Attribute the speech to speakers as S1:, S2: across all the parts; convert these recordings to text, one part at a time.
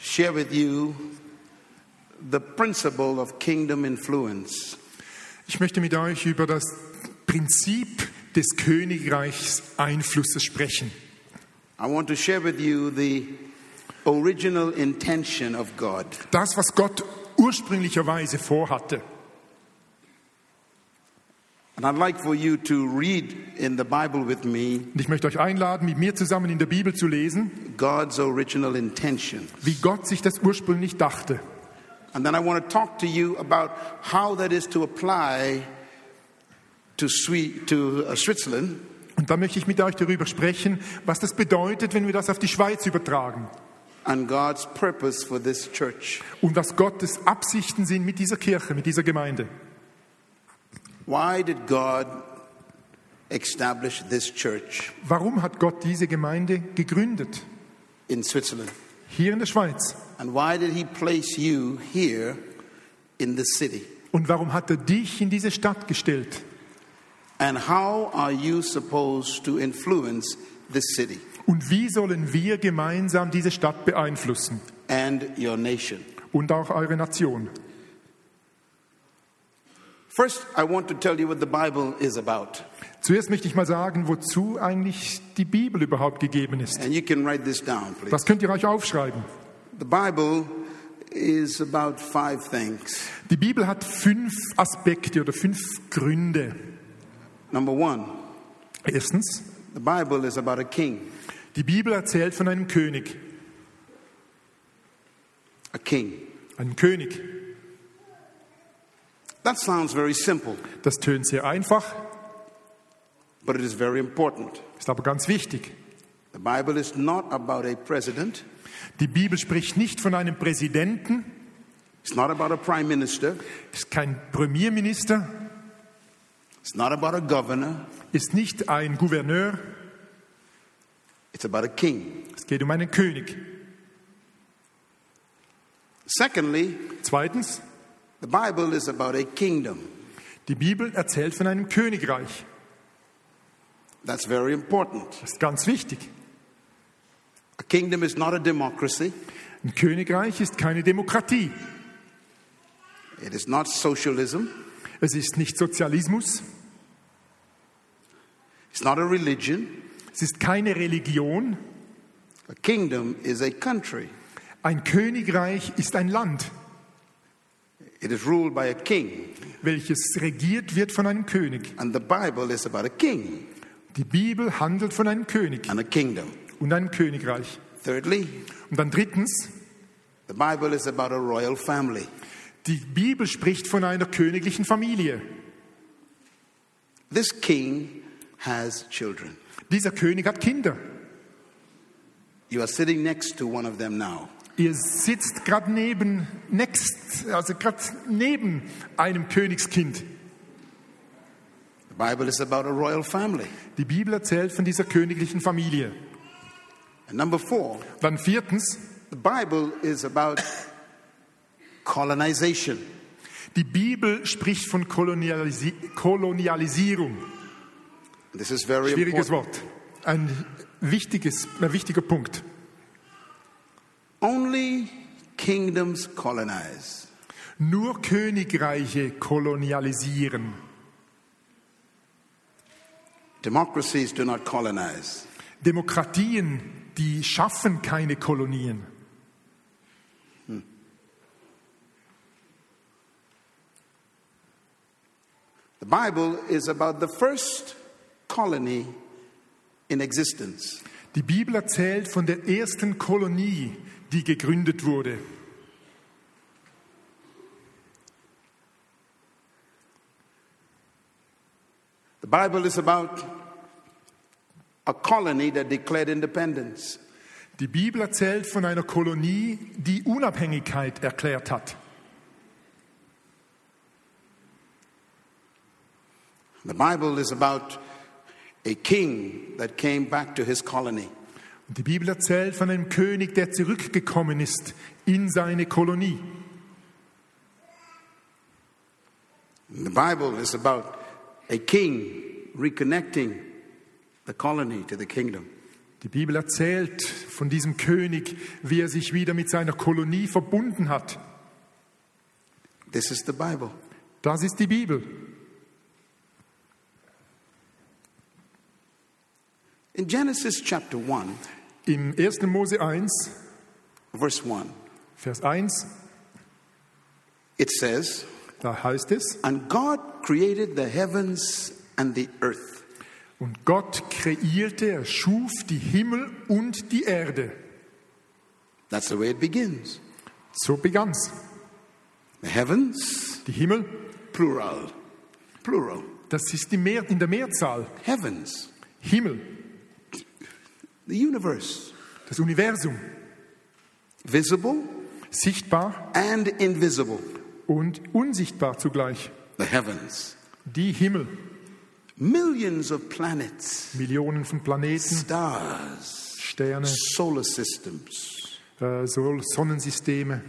S1: share with you the principle of kingdom influence.
S2: Ich möchte mit euch über das Prinzip des Königreichs Einflusses sprechen.
S1: I want to share with you the original intention of God.
S2: Das, was Gott ursprünglicherweise vorhatte.
S1: And I'd like for you to read in the Bible with me
S2: Und ich möchte euch einladen, mit mir zusammen in der Bibel zu lesen,
S1: God's original intention.
S2: wie Gott sich das ursprünglich dachte.
S1: And then I want to talk to you about how that is to apply to, Swe- to uh, Switzerland
S2: Und dann möchte ich mit euch darüber sprechen, was das bedeutet, wenn wir das auf die Schweiz übertragen.
S1: and God's purpose for this church.
S2: Und was Gottes Absichten sind mit dieser Kirche, mit dieser Gemeinde.
S1: Why did God establish this church
S2: Warum hat Gott diese Gemeinde gegründet?
S1: in Switzerland?
S2: Hier in der Schweiz.
S1: And why did He place you here in this city?
S2: Und warum hat er dich in diese Stadt gestellt?
S1: And how are you supposed to influence this city
S2: Und wie sollen wir gemeinsam diese Stadt beeinflussen?
S1: and your nation?
S2: Und auch eure Nation.
S1: First, I want to tell you what the Bible is about.
S2: Zuerst möchte ich mal sagen, wozu eigentlich die Bibel überhaupt gegeben ist.
S1: And you can write this down, please.
S2: Das könnt ihr euch aufschreiben.
S1: The Bible is about five things.
S2: Die Bibel hat fünf Aspekte oder fünf Gründe.
S1: Number one,
S2: Erstens,
S1: the Bible is about a king,
S2: die Bibel erzählt von einem König.
S1: a king.
S2: Einem König.
S1: That sounds very simple,
S2: Das tönt sehr einfach,
S1: but it is very important.
S2: ist aber ganz wichtig.
S1: The Bible is not about a president,
S2: Die Bibel spricht nicht von einem Präsidenten,
S1: it's not about a prime minister,
S2: ist kein Premierminister,
S1: it's not about a governor,
S2: ist nicht ein Gouverneur,
S1: it's about a king.
S2: es geht um einen König.
S1: Secondly,
S2: Zweitens,
S1: the Bible is about a kingdom.
S2: die Bibel erzählt von einem Königreich.
S1: That's very important.
S2: Das ist ganz wichtig.
S1: A kingdom is not a democracy,
S2: Ein Königreich ist keine Demokratie.
S1: it is not socialism,
S2: Es ist nicht Sozialismus,
S1: it's not a religion.
S2: es ist keine Religion.
S1: A kingdom is a country,
S2: Ein Königreich ist ein Land,
S1: it is ruled by a king.
S2: welches regiert wird von einem König.
S1: And the Bible is about a king
S2: Die Bibel handelt von einem König
S1: and a kingdom.
S2: und einem Königreich.
S1: Thirdly,
S2: Und dann drittens,
S1: the Bible is about a royal family.
S2: die Bibel spricht von einer königlichen Familie.
S1: This king has children.
S2: Dieser König hat Kinder.
S1: You are sitting next to one of them now.
S2: Ihr sitzt gerade neben next, also gerade neben einem Königskind.
S1: The Bible is about a royal family.
S2: Die Bibel erzählt von dieser königlichen Familie.
S1: And number four,
S2: Dann viertens,
S1: the Bible is about colonization.
S2: die Bibel spricht von Kolonialisi Kolonialisierung.
S1: This is very
S2: Schwieriges
S1: important.
S2: Wort. Ein wichtiges, ein wichtiger Punkt.
S1: Only kingdoms colonize.
S2: Nur Königreiche kolonialisieren.
S1: Democracies do not colonize.
S2: Demokratien, die schaffen keine Kolonien.
S1: The Bible is about the first colony in existence.
S2: Die Bibel erzählt von der ersten Kolonie, die gegründet wurde.
S1: The Bible is about a colony that declared independence.
S2: Die Bibel erzählt von einer Kolonie, die Unabhängigkeit erklärt hat.
S1: The Bible is about a king that came back to his colony.
S2: Und die Bibel erzählt von einem König, der zurückgekommen ist in seine Kolonie.
S1: And the Bible is about a king reconnecting the colony to the kingdom.
S2: Die Bibel erzählt von diesem König, wie er sich wieder mit seiner Kolonie verbunden hat.
S1: This is the Bible.
S2: Das ist die Bibel.
S1: In Genesis chapter 1,
S2: Im 1. Mose 1,
S1: verse 1,
S2: Vers 1,
S1: it says,
S2: da heißt es,
S1: And God created the heavens and the earth.
S2: und Gott kreierte, er schuf die Himmel und die Erde.
S1: That's the way it begins.
S2: So begann's.
S1: The heavens,
S2: Die Himmel,
S1: plural, plural,
S2: das ist die Mehr, in der Mehrzahl.
S1: heavens,
S2: Himmel,
S1: the universe,
S2: das Universum,
S1: visible
S2: sichtbar
S1: and invisible,
S2: und unsichtbar zugleich.
S1: the heavens,
S2: Die Himmel,
S1: millions of planets,
S2: Millionen von Planeten,
S1: stars,
S2: Sterne,
S1: solar systems.
S2: äh, Sol- Sonnensysteme.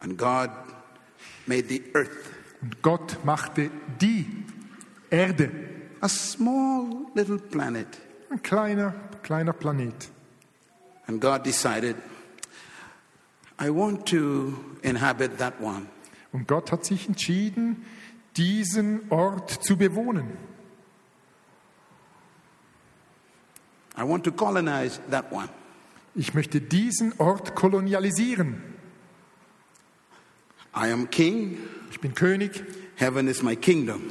S1: And God made the earth,
S2: Und Gott machte die Erde,
S1: a small little planet.
S2: ein kleiner, kleiner Planet.
S1: And God decided, I want to inhabit that one.
S2: Und Gott hat sich entschieden, diesen Ort zu bewohnen.
S1: I want to colonize that one.
S2: Ich möchte diesen Ort kolonialisieren.
S1: I am king.
S2: Ich bin König,
S1: Heaven is my kingdom.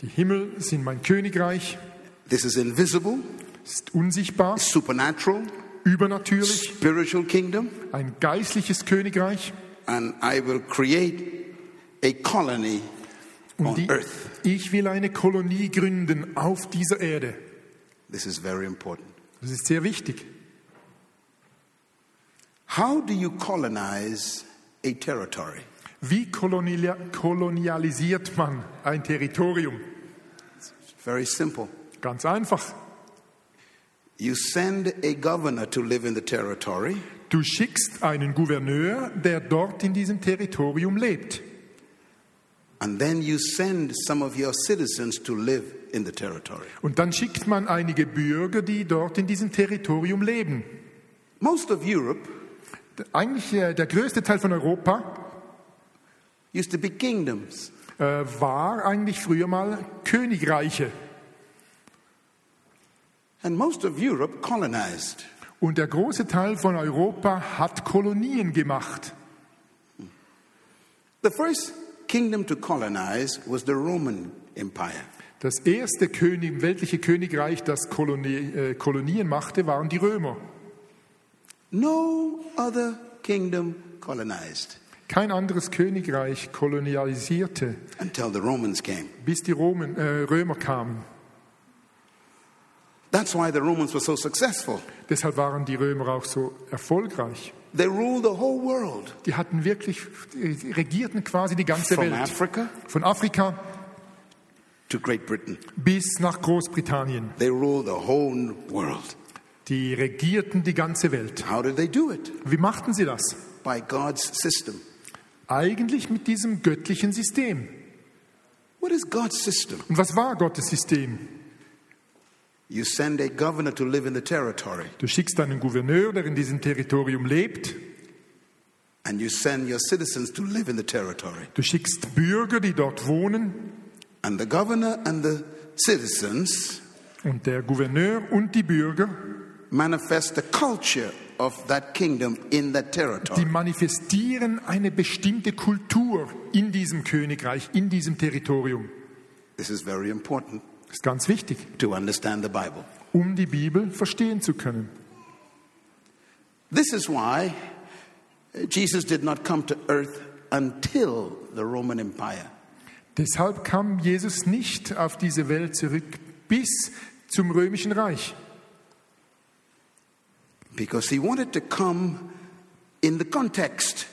S2: die Himmel sind mein Königreich,
S1: This is invisible,
S2: ist unsichtbar,
S1: supernatural,
S2: übernatürlich,
S1: spiritual kingdom.
S2: ein geistliches Königreich.
S1: And I will create a colony
S2: Und
S1: on
S2: die,
S1: earth.
S2: ich will eine Kolonie gründen auf dieser Erde.
S1: This is very important.
S2: Das ist sehr wichtig.
S1: How do you colonize a territory?
S2: Wie kolonia kolonialisiert man ein Territorium?
S1: Very simple.
S2: Ganz einfach.
S1: You send a governor to live in the territory,
S2: Du schickst einen Gouverneur, der dort in diesem Territorium lebt.
S1: and then you send some of your citizens to live in the territory.
S2: Und dann schickt man einige Bürger, die dort in diesem Territorium leben.
S1: Most of Europe
S2: Eigentlich äh, der größte Teil von Europa
S1: used to be kingdoms.
S2: äh, war eigentlich früher mal Königreiche.
S1: And most of Europe colonized.
S2: Und der große Teil von Europa hat Kolonien gemacht.
S1: The first kingdom to colonize was the Roman Empire.
S2: Das erste König, weltliche Königreich, das Kolonie, äh, Kolonien machte, waren die Römer.
S1: No other kingdom colonized
S2: Kein anderes Königreich kolonialisierte,
S1: until the Romans came.
S2: bis die Romen, äh, Römer kamen.
S1: That's why the Romans were so successful.
S2: Deshalb waren die Römer auch so erfolgreich.
S1: They ruled the whole world
S2: Die hatten wirklich, die regierten quasi die ganze
S1: from
S2: Welt.
S1: Africa
S2: Von Afrika
S1: to Great Britain.
S2: bis nach Großbritannien.
S1: They ruled the whole world.
S2: Die regierten die ganze Welt.
S1: How did they do it?
S2: Wie machten sie das?
S1: By God's system.
S2: Eigentlich mit diesem göttlichen System.
S1: What is God's system?
S2: Und was war Gottes System?
S1: You send a governor to live in the territory,
S2: Du schickst einen Gouverneur, der in diesem Territorium lebt.
S1: and you send your citizens to live in the territory.
S2: Du schickst Bürger, die dort wohnen.
S1: And the governor and the citizens
S2: Und der Gouverneur und die Bürger,
S1: manifest the culture of that kingdom in that
S2: die
S1: territory.
S2: manifestieren eine bestimmte Kultur in diesem Königreich, in diesem Territorium.
S1: This is very important
S2: Das ist ganz wichtig,
S1: to understand the Bible.
S2: um die Bibel verstehen zu können.
S1: This is why Jesus did not come to earth until the Roman Empire.
S2: Deshalb kam Jesus nicht auf diese Welt zurück bis zum Römischen Reich,
S1: Because he wanted to come in the context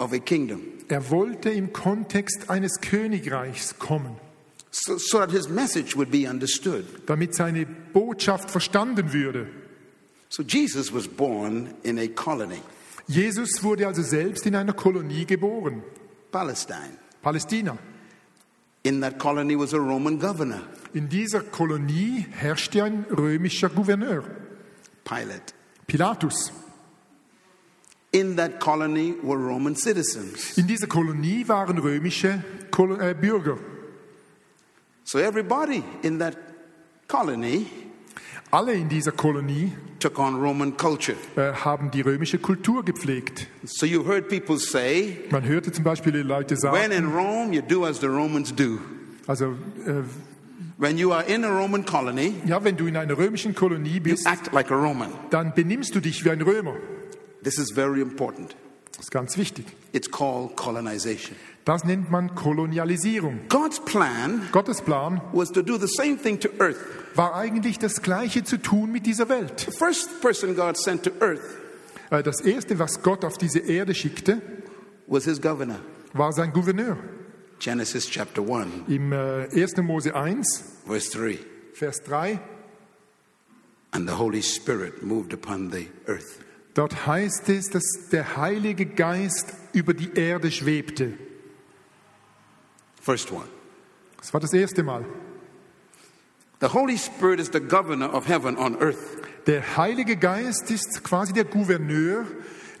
S1: of a kingdom
S2: Er wollte im Kontext eines Königreichs kommen,
S1: so, so that his message would be understood.
S2: damit seine Botschaft verstanden würde.
S1: So Jesus was born in a colony,
S2: Jesus wurde also selbst in einer Kolonie geboren,
S1: Palestine.
S2: Palästina.
S1: In that colony was a Roman governor,
S2: In dieser Kolonie herrschte ein römischer Gouverneur,
S1: Pilate.
S2: Pilatus.
S1: In that colony were Roman citizens.
S2: In dieser Kolonie waren römische Kol äh, Bürger.
S1: So everybody in that colony
S2: Alle in dieser Kolonie
S1: took on Roman culture.
S2: äh, haben die römische Kultur gepflegt.
S1: So you heard people say,
S2: Man hörte zum Beispiel die Leute
S1: when
S2: sagen,
S1: in Rome, you do as the Romans do.
S2: also äh,
S1: When you are in a Roman colony,
S2: ja, wenn du in einer römischen Kolonie
S1: you
S2: bist,
S1: act like a Roman.
S2: dann benimmst du dich wie ein Römer.
S1: This is very important.
S2: Das ist ganz wichtig.
S1: It's called colonization.
S2: Das nennt man Kolonialisierung.
S1: God's plan
S2: Gottes Plan
S1: was to do the same thing to earth.
S2: war eigentlich das Gleiche zu tun mit dieser Welt.
S1: The first person God sent to earth
S2: Äh, Das Erste, was Gott auf diese Erde schickte,
S1: was his governor.
S2: war sein Gouverneur.
S1: Genesis chapter 1,
S2: Im äh, 1. Mose 1,
S1: verse 3.
S2: Vers 3,
S1: And the Holy Spirit moved upon the earth.
S2: dort heißt es, dass der Heilige Geist über die Erde schwebte.
S1: First one.
S2: Das war das erste Mal.
S1: The Holy Spirit is the governor of heaven on earth.
S2: Der Heilige Geist ist quasi der Gouverneur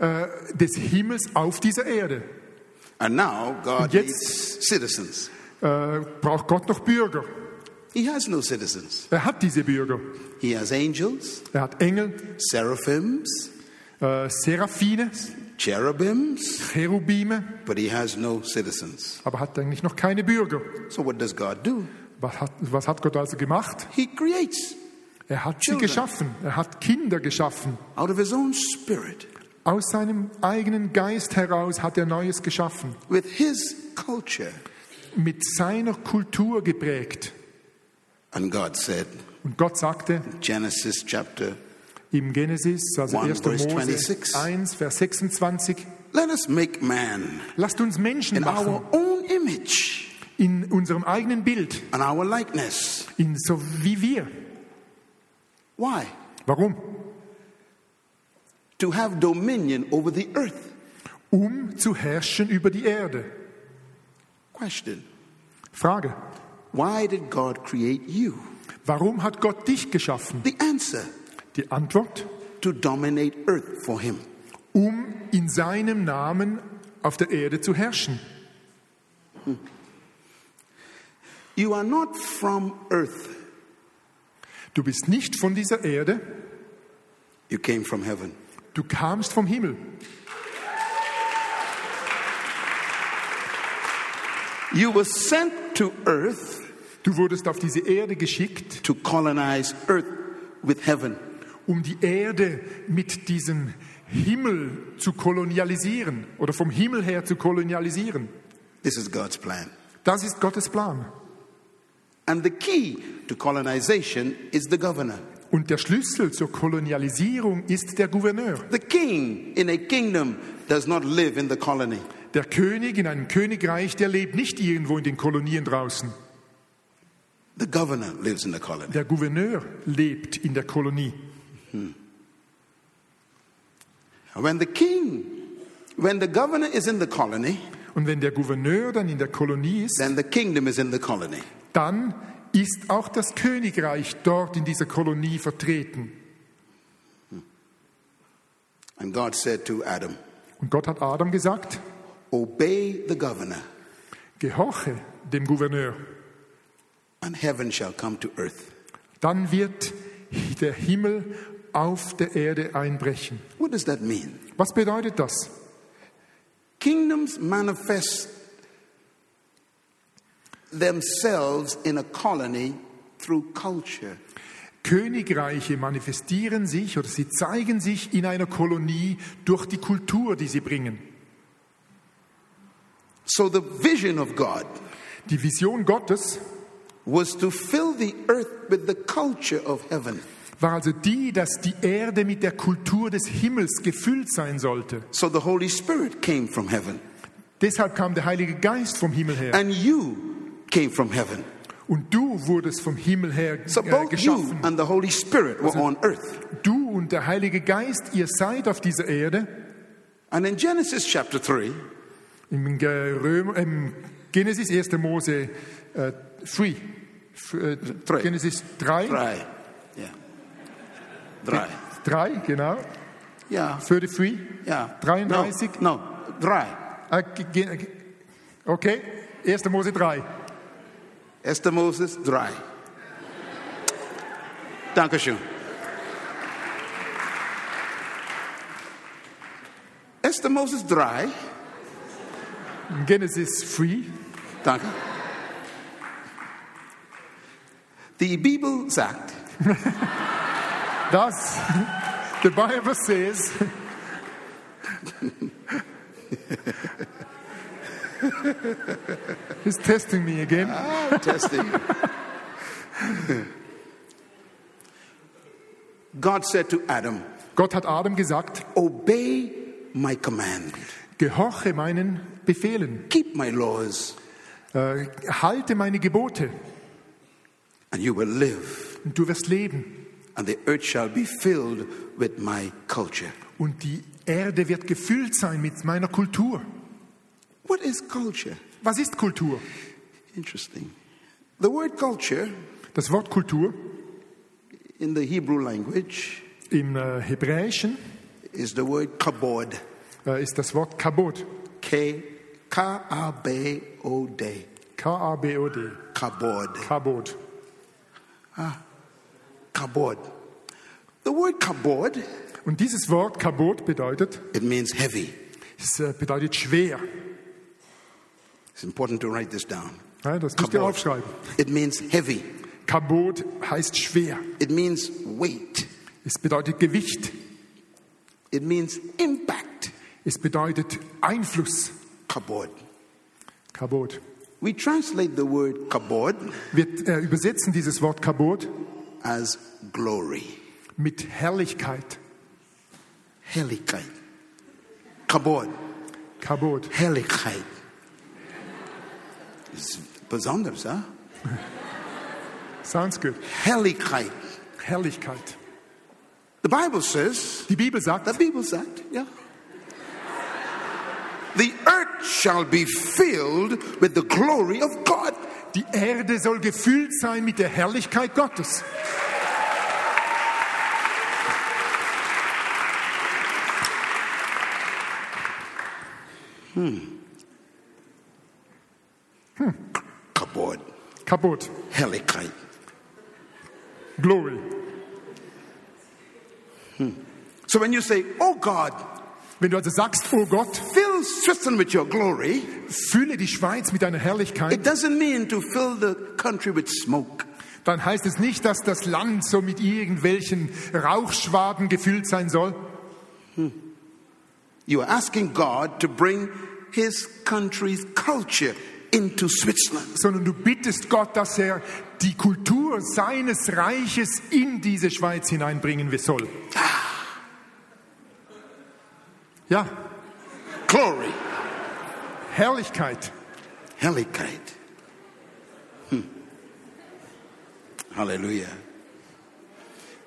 S2: äh, des Himmels auf dieser Erde.
S1: And now God
S2: Jetzt-
S1: needs citizens.
S2: Äh, braucht Gott noch Bürger?
S1: He has no citizens.
S2: Er hat diese Bürger.
S1: He has angels,
S2: Er hat Engel,
S1: seraphims,
S2: äh, Seraphine,
S1: cherubims,
S2: Cherubime,
S1: but he has no citizens.
S2: aber hat eigentlich noch keine Bürger.
S1: So what does God do?
S2: Was hat, was hat Gott also gemacht?
S1: He creates
S2: Er hat sie
S1: Children.
S2: geschaffen. Er hat Kinder geschaffen.
S1: out of his own spirit
S2: Aus seinem eigenen Geist heraus hat er Neues geschaffen.
S1: with his culture.
S2: Mit seiner Kultur geprägt.
S1: And God said,
S2: Und Gott sagte
S1: Genesis chapter,
S2: im Genesis, also
S1: 1
S2: 1.
S1: verse
S2: Mose
S1: 26.
S2: 1, Vers 26,
S1: let us make man
S2: lasst uns Menschen
S1: in
S2: machen,
S1: our own image
S2: in unserem eigenen Bild,
S1: and our likeness.
S2: in so wie wir.
S1: Why?
S2: Warum?
S1: To have dominion over the earth.
S2: Um zu herrschen über die Erde.
S1: Question.
S2: Frage,
S1: Why did God create you?
S2: warum hat Gott dich geschaffen?
S1: The answer
S2: Die Antwort,
S1: to dominate earth for him.
S2: um in seinem Namen auf der Erde zu herrschen.
S1: You are not from earth,
S2: Du bist nicht von dieser Erde,
S1: you came from heaven.
S2: du kamst vom Himmel.
S1: You were sent to earth
S2: Du wurdest auf diese Erde geschickt,
S1: to colonize earth with heaven.
S2: um die Erde mit diesem Himmel zu kolonialisieren oder vom Himmel her zu kolonialisieren.
S1: This is God's plan.
S2: Das ist Gottes Plan.
S1: And the key to colonization is the governor.
S2: Und der Schlüssel zur Kolonialisierung ist der Gouverneur.
S1: The king in a kingdom does not live in the colony.
S2: Der König in einem Königreich, der lebt nicht irgendwo in den Kolonien draußen.
S1: The governor lives in the colony.
S2: Der Gouverneur lebt in der Kolonie.
S1: And When the king, when the governor is in the colony,
S2: Und wenn der Gouverneur dann in der Kolonie ist,
S1: then the kingdom is in the colony.
S2: dann ist auch das Königreich dort in dieser Kolonie vertreten.
S1: And God said to Adam,
S2: Und Gott hat Adam gesagt,
S1: Obey the governor,
S2: gehorche dem Gouverneur,
S1: and heaven shall come to earth.
S2: dann wird der Himmel auf der Erde einbrechen.
S1: What does that mean?
S2: Was bedeutet das?
S1: Kingdoms manifest themselves in a colony through culture.
S2: Königreiche manifestieren sich oder sie zeigen sich in einer Kolonie durch die Kultur, die sie bringen.
S1: So the vision of God
S2: Die Vision Gottes
S1: was to fill the earth with the culture of heaven.
S2: war also die, dass die Erde mit der Kultur des Himmels gefüllt sein sollte.
S1: So the Holy Spirit came from heaven,
S2: Deshalb kam der Heilige Geist vom Himmel her.
S1: and you came from heaven.
S2: Und du wurdest vom Himmel her
S1: So
S2: äh,
S1: both you
S2: geschaffen.
S1: and the Holy Spirit were on earth.
S2: Du und der Heilige Geist, ihr seid auf dieser Erde.
S1: And in Genesis chapter 3,
S2: Im, Ge- Römer, im Genesis 1. Mose äh, äh, three, f- äh,
S1: Drei.
S2: Genesis 3,
S1: Drei. Ja. Drei.
S2: 3, genau,
S1: Ja.
S2: 33,
S1: ja.
S2: 33?
S1: No, no. drei.
S2: äh, Ge- Gen- okay, 1. Mose 3.
S1: Esther Moses, drei. Dankeschön. Esther Moses, drei.
S2: Genesis 3,
S1: Danke. Die Bibel sagt,
S2: das, the Bible says, he's testing me again.
S1: testing. God said to Adam,
S2: Gott hat Adam gesagt,
S1: Obey my command,
S2: gehorche meinen Befehlen,
S1: keep my laws,
S2: äh, halte meine Gebote
S1: and you will live,
S2: und du wirst leben.
S1: and the earth shall be filled with my culture.
S2: Und die Erde wird gefüllt sein mit meiner Kultur.
S1: What is culture?
S2: Was ist Kultur?
S1: Interesting. The word culture
S2: Das Wort Kultur
S1: in the Hebrew language
S2: im äh, Hebräischen
S1: is the word kabod,
S2: äh, ist das Wort Kabod.
S1: K K A B O D,
S2: K-A-B-O-D.
S1: kabod.
S2: Kabod.
S1: Kabod. The word kabod,
S2: Und dieses Wort Kabod bedeutet,
S1: it means heavy.
S2: es äh, bedeutet schwer.
S1: It's important to write this down.
S2: Ja, das müsst ihr
S1: Kabod.
S2: aufschreiben.
S1: It means heavy.
S2: Kabod heißt schwer.
S1: It means weight.
S2: Es bedeutet Gewicht.
S1: It means impact.
S2: Es bedeutet Einfluss.
S1: Kabod.
S2: Kabod.
S1: We translate the word kabod
S2: Wir äh, übersetzen dieses Wort Kabod
S1: as glory.
S2: mit Herrlichkeit.
S1: Helikite. Kabod.
S2: Kabod.
S1: Helikite. It's besonders, huh?
S2: Sounds good.
S1: Helikite.
S2: Herrlichkeit.
S1: The Bible says,
S2: Die Bibel sagt,
S1: the Bible said, yeah. The earth shall be filled with the glory of God.
S2: die Erde soll gefüllt sein mit der Herrlichkeit Gottes.
S1: Kabod.
S2: Kabod.
S1: Helikite.
S2: Glory.
S1: So when you say, Oh God,
S2: Wenn du also sagst, oh Gott,
S1: fill Switzerland with your glory,
S2: fülle die Schweiz mit deiner
S1: it
S2: Herrlichkeit,
S1: doesn't mean to fill the country with smoke.
S2: dann heißt es nicht, dass das Land so mit irgendwelchen Rauchschwaden gefüllt sein soll.
S1: You are asking God to bring his country's culture into Switzerland.
S2: sondern du bittest Gott, dass er die Kultur seines Reiches in diese Schweiz hineinbringen will- soll. Ja,
S1: Glory.
S2: Herrlichkeit.
S1: Helicite. Hmm. Hallelujah.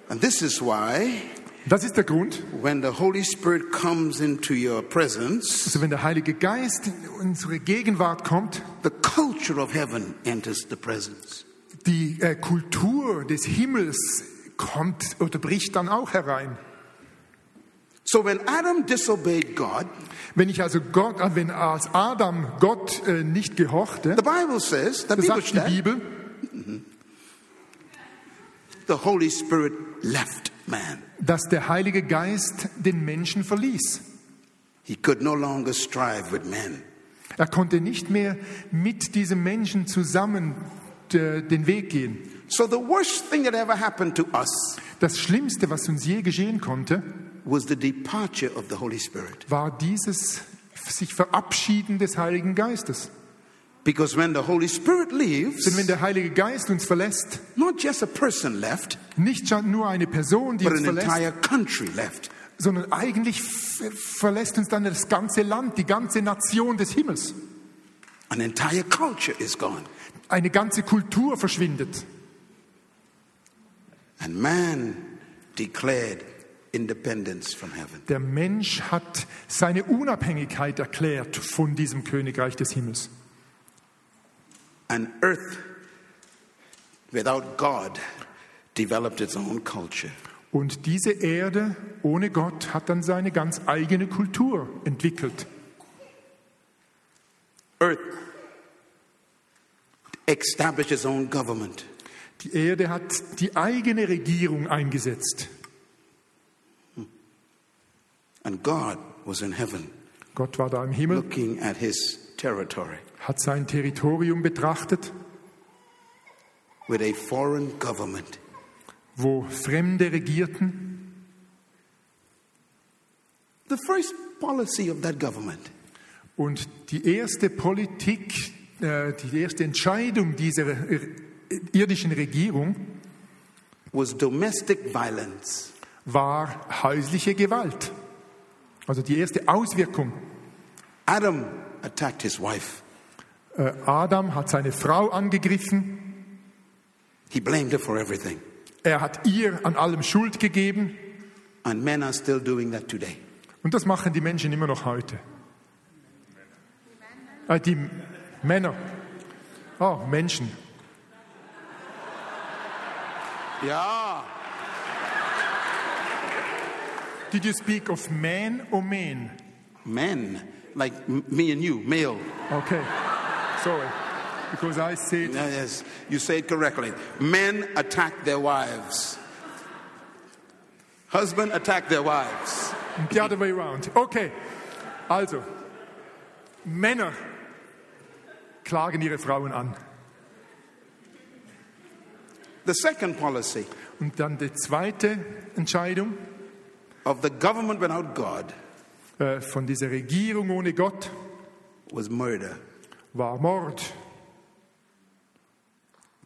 S1: And this is why
S2: Das ist der Grund,
S1: when the Holy Spirit comes into your presence,
S2: also wenn der Heilige Geist in unsere Gegenwart kommt,
S1: the culture of heaven enters the presence.
S2: die äh, Kultur des Himmels kommt oder bricht dann auch herein.
S1: So when Adam disobeyed God,
S2: Wenn ich also Gott, äh, wenn als Adam Gott äh, nicht gehorchte,
S1: the Bible says, the Bible
S2: sagt die
S1: says,
S2: Bibel,
S1: the Holy Spirit left man.
S2: dass der Heilige Geist den Menschen verließ.
S1: He could no longer strive with men.
S2: Er konnte nicht mehr mit diesem Menschen zusammen äh, den Weg gehen.
S1: So the worst thing that ever happened to us
S2: Das Schlimmste, was uns je geschehen konnte,
S1: was the departure of the Holy Spirit.
S2: war dieses sich Verabschieden des Heiligen Geistes.
S1: Because when the Holy Spirit leaves,
S2: Denn wenn der Heilige Geist uns verlässt,
S1: not just a person left,
S2: nicht schon nur eine Person, die
S1: but
S2: uns
S1: an
S2: verlässt,
S1: entire country left.
S2: sondern eigentlich f- verlässt uns dann das ganze Land, die ganze Nation des Himmels.
S1: An entire culture is gone.
S2: Eine ganze Kultur verschwindet.
S1: And man declared independence from heaven.
S2: Der Mensch hat seine Unabhängigkeit erklärt von diesem Königreich des Himmels.
S1: And earth without God developed its own culture.
S2: Und diese Erde ohne Gott hat dann seine ganz eigene Kultur entwickelt.
S1: Earth established its own government.
S2: Die Erde hat die eigene Regierung eingesetzt.
S1: And God was in heaven
S2: Gott war da im Himmel,
S1: looking at his territory
S2: hat sein Territorium betrachtet,
S1: with a foreign government.
S2: wo Fremde regierten.
S1: The first policy of that government
S2: Und die erste Politik, äh, die erste Entscheidung dieser äh, irdischen Regierung
S1: was domestic violence.
S2: war häusliche Gewalt. Also die erste Auswirkung.
S1: Adam attacked his wife,
S2: Äh, Adam hat seine Frau angegriffen,
S1: he blamed her for everything.
S2: er hat ihr an allem Schuld gegeben
S1: And men are still doing that today.
S2: und das machen die Menschen immer noch heute. Äh, die M- Männer. Ah, Menschen.
S1: Yeah.
S2: Did you speak of man or men?
S1: Men, like m- me and you, male.
S2: Okay, sorry, because I said
S1: Yeah, Yes, you say it correctly. Men attack their wives. Husband attack their wives.
S2: The other way around. Okay. Also, Männer klagen ihre Frauen an.
S1: The second policy
S2: Und dann die zweite Entscheidung
S1: of the government without God
S2: äh, von dieser Regierung ohne Gott
S1: was murder.
S2: war Mord.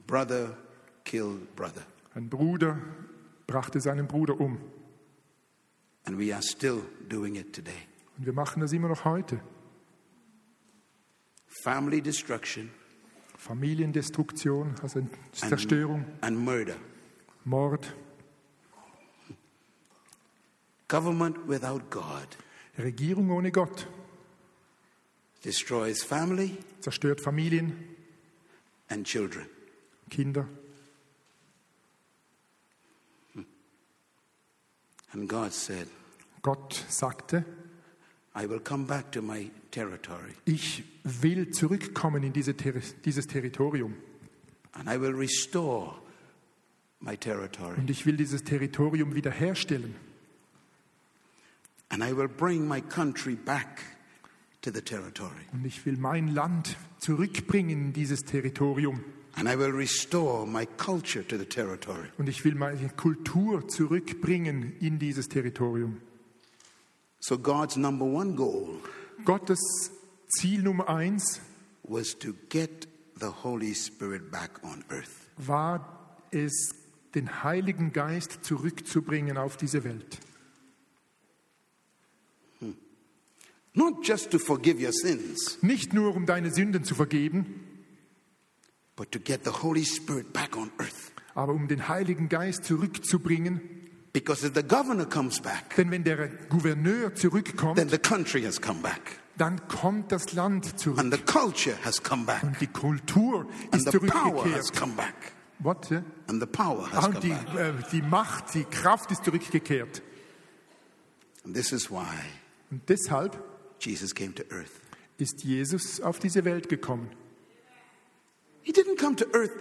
S1: Brother killed brother.
S2: Ein Bruder brachte seinen Bruder um.
S1: And we are still doing it today.
S2: Und wir machen das immer noch heute.
S1: Family destruction
S2: Familiendestruktion, also Zerstörung,
S1: and murder.
S2: Mord,
S1: Government without God
S2: Regierung ohne Gott,
S1: destroys family
S2: zerstört Familien,
S1: and children.
S2: Kinder.
S1: And God said,
S2: Gott sagte,
S1: I will come back to my territory
S2: ich will zurückkommen in diese Ter dieses Territorium.
S1: and I will restore my territory
S2: Und ich will dieses Territorium wiederherstellen.
S1: and I will bring my country back to the territory
S2: Und ich will mein Land zurückbringen in dieses Territorium.
S1: and I will restore my culture to the territory.
S2: Und ich will meine Kultur zurückbringen in dieses Territorium.
S1: So God's number one goal
S2: Gottes Ziel Nummer eins
S1: was to get the Holy Spirit back on earth.
S2: war es, den Heiligen Geist zurückzubringen auf diese Welt.
S1: Not just to forgive your sins,
S2: Nicht nur, um deine Sünden zu vergeben,
S1: but to get the Holy Spirit back on earth.
S2: aber um den Heiligen Geist zurückzubringen.
S1: Because if the governor comes back,
S2: Denn wenn der Gouverneur
S1: then
S2: zurückkommt,
S1: the country has come back,
S2: dann kommt das Land zurück.
S1: and the culture has come back,
S2: Und die Kultur
S1: and
S2: ist
S1: the power has
S2: zurückgekehrt.
S1: come back,
S2: What? ja?
S1: and the power has
S2: Ah, und
S1: come
S2: die,
S1: back.
S2: äh, die Macht, die Kraft ist zurückgekehrt.
S1: And this is why
S2: Und deshalb
S1: Jesus came to earth.
S2: ist Jesus auf diese Welt gekommen.
S1: He didn't come to earth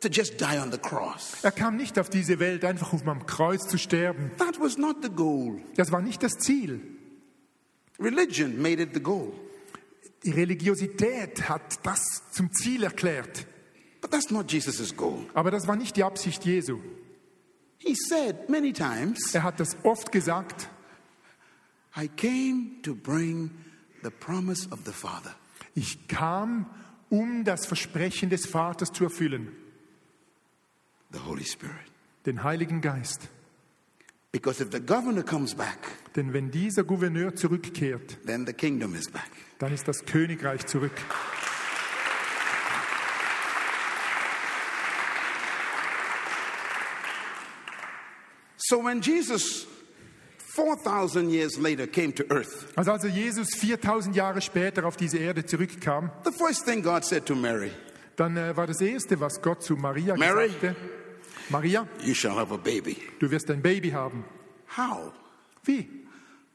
S1: to just die on the cross.
S2: Er kam nicht auf diese Welt, einfach um am Kreuz zu sterben.
S1: That was not the goal.
S2: Das war nicht das Ziel.
S1: Religion made it the goal.
S2: Die Religiosität hat das zum Ziel erklärt.
S1: But that's not Jesus' goal.
S2: Aber das war nicht die Absicht Jesu.
S1: He said many times,
S2: Er hat das oft gesagt.
S1: I came to bring the promise of the Father.
S2: Ich kam, um das Versprechen des Vaters zu erfüllen.
S1: the Holy Spirit.
S2: Den Heiligen Geist.
S1: Because if the governor comes back,
S2: Denn wenn dieser Gouverneur zurückkehrt,
S1: then the kingdom is back.
S2: dann ist das Königreich zurück.
S1: So when Jesus, 4,000 years later, came to earth,
S2: Also als Jesus 4000 Jahre später auf diese Erde zurückkam,
S1: the first thing God said to Mary,
S2: Dann äh, war das Erste, was Gott zu Maria
S1: Mary?
S2: sagte, Maria,
S1: You shall have a baby.
S2: du wirst ein Baby haben.
S1: How?
S2: Wie?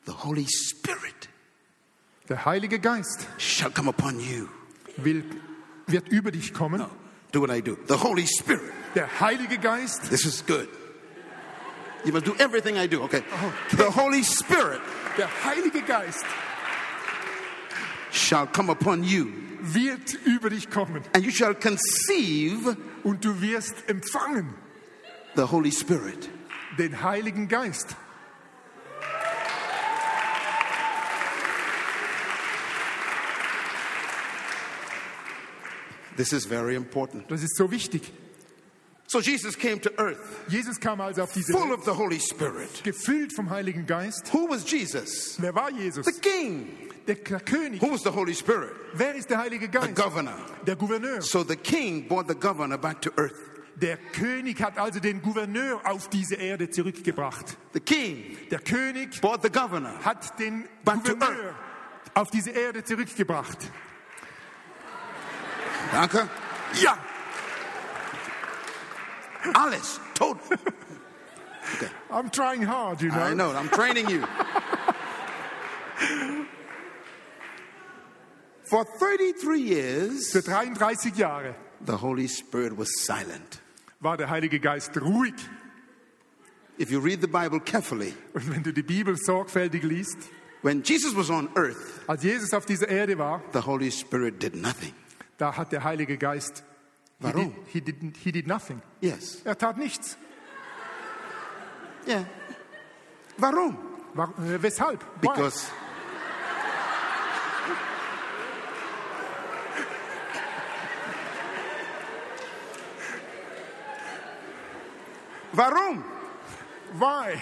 S1: The Holy Spirit
S2: Der Heilige Geist
S1: shall come upon you.
S2: will, wird über dich kommen.
S1: Do what I do. The Holy Spirit.
S2: Der Heilige Geist,
S1: This is good. You must do everything I do, okay? The Holy Spirit
S2: der Heilige Geist
S1: shall come upon you,
S2: wird über dich kommen
S1: and you shall conceive
S2: und du wirst empfangen
S1: the Holy Spirit.
S2: den Heiligen Geist.
S1: This is very important.
S2: Das ist so wichtig.
S1: So Jesus came to earth
S2: Jesus kam also auf diese
S1: full of the Holy Spirit.
S2: gefüllt vom Heiligen Geist.
S1: Who was Jesus?
S2: Wer war
S1: The
S2: Jesus?
S1: king.
S2: Der König.
S1: Who was the Holy Spirit?
S2: Wer ist der Heilige
S1: The
S2: Geist?
S1: governor.
S2: Der Gouverneur.
S1: So the king brought the governor back to earth.
S2: Der König hat also den Gouverneur auf diese Erde zurückgebracht.
S1: The king
S2: Der König
S1: brought the governor.
S2: hat den
S1: Back to
S2: Gouverneur auf diese Erde zurückgebracht.
S1: Danke.
S2: Ja,
S1: Alles. Tot.
S2: I'm trying hard, you know.
S1: I know. I'm training you. For 33 years,
S2: Für 33 Jahre
S1: the Holy Spirit was silent.
S2: war der Heilige Geist ruhig.
S1: If you read the Bible carefully,
S2: Und wenn du die Bibel sorgfältig liest,
S1: when Jesus was on earth,
S2: als Jesus auf dieser Erde war,
S1: the Holy Spirit did nothing.
S2: da hat der Heilige Geist he did,
S1: Warum?
S2: he, did, he did nothing.
S1: Yes.
S2: Er tat nichts.
S1: Yeah. Warum?
S2: War, äh, weshalb? Why?
S1: Because Warum?
S2: Why?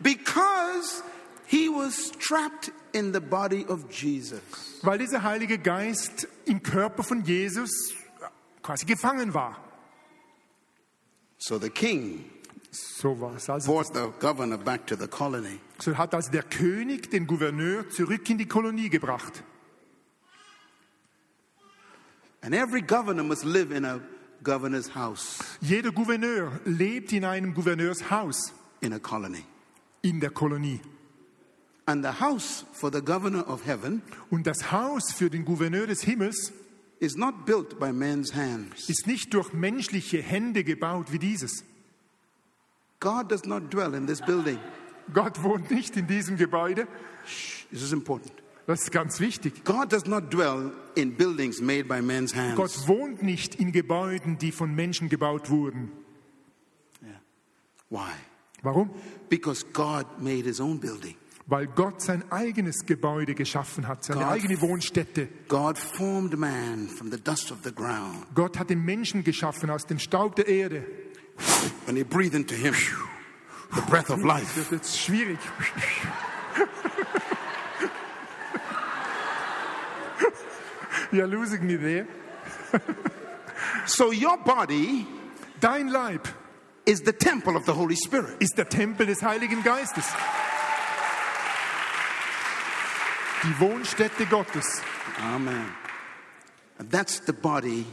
S1: Because he was trapped in the body of Jesus.
S2: Weil dieser Heilige Geist im Körper von Jesus äh, quasi gefangen war.
S1: So the king
S2: So war es. Also,
S1: brought the governor back to the colony.
S2: so hat also der König den Gouverneur zurück in die Kolonie gebracht.
S1: And every governor must live in a governor's house
S2: Jeder Gouverneur lebt in einem Gouverneurshaus
S1: in a colony.
S2: in der Kolonie.
S1: And the house for the governor of heaven
S2: Und das Haus für den Gouverneur des Himmels
S1: is not built by men's hands.
S2: ist nicht durch menschliche Hände gebaut wie dieses.
S1: God does not dwell in this building.
S2: Gott wohnt nicht in diesem Gebäude.
S1: This is important.
S2: Das ist ganz wichtig.
S1: God does not dwell in buildings made by men's hands.
S2: Gott wohnt nicht in Gebäuden, die von Menschen gebaut wurden.
S1: Why?
S2: Warum?
S1: Because God made his own building.
S2: Weil Gott sein eigenes Gebäude geschaffen hat, seine
S1: Gott-
S2: eigene Wohnstätte.
S1: God formed man from the dust of the ground.
S2: Gott hat den Menschen geschaffen aus dem Staub der Erde.
S1: When he breathed into him the breath of
S2: Das
S1: life,
S2: ist jetzt schwierig. You're losing me there.
S1: so your body
S2: Dein Leib
S1: is the temple of the Holy Spirit.
S2: ist der Tempel des Heiligen Geistes. Die Wohnstätte Gottes.
S1: Amen. And that's the body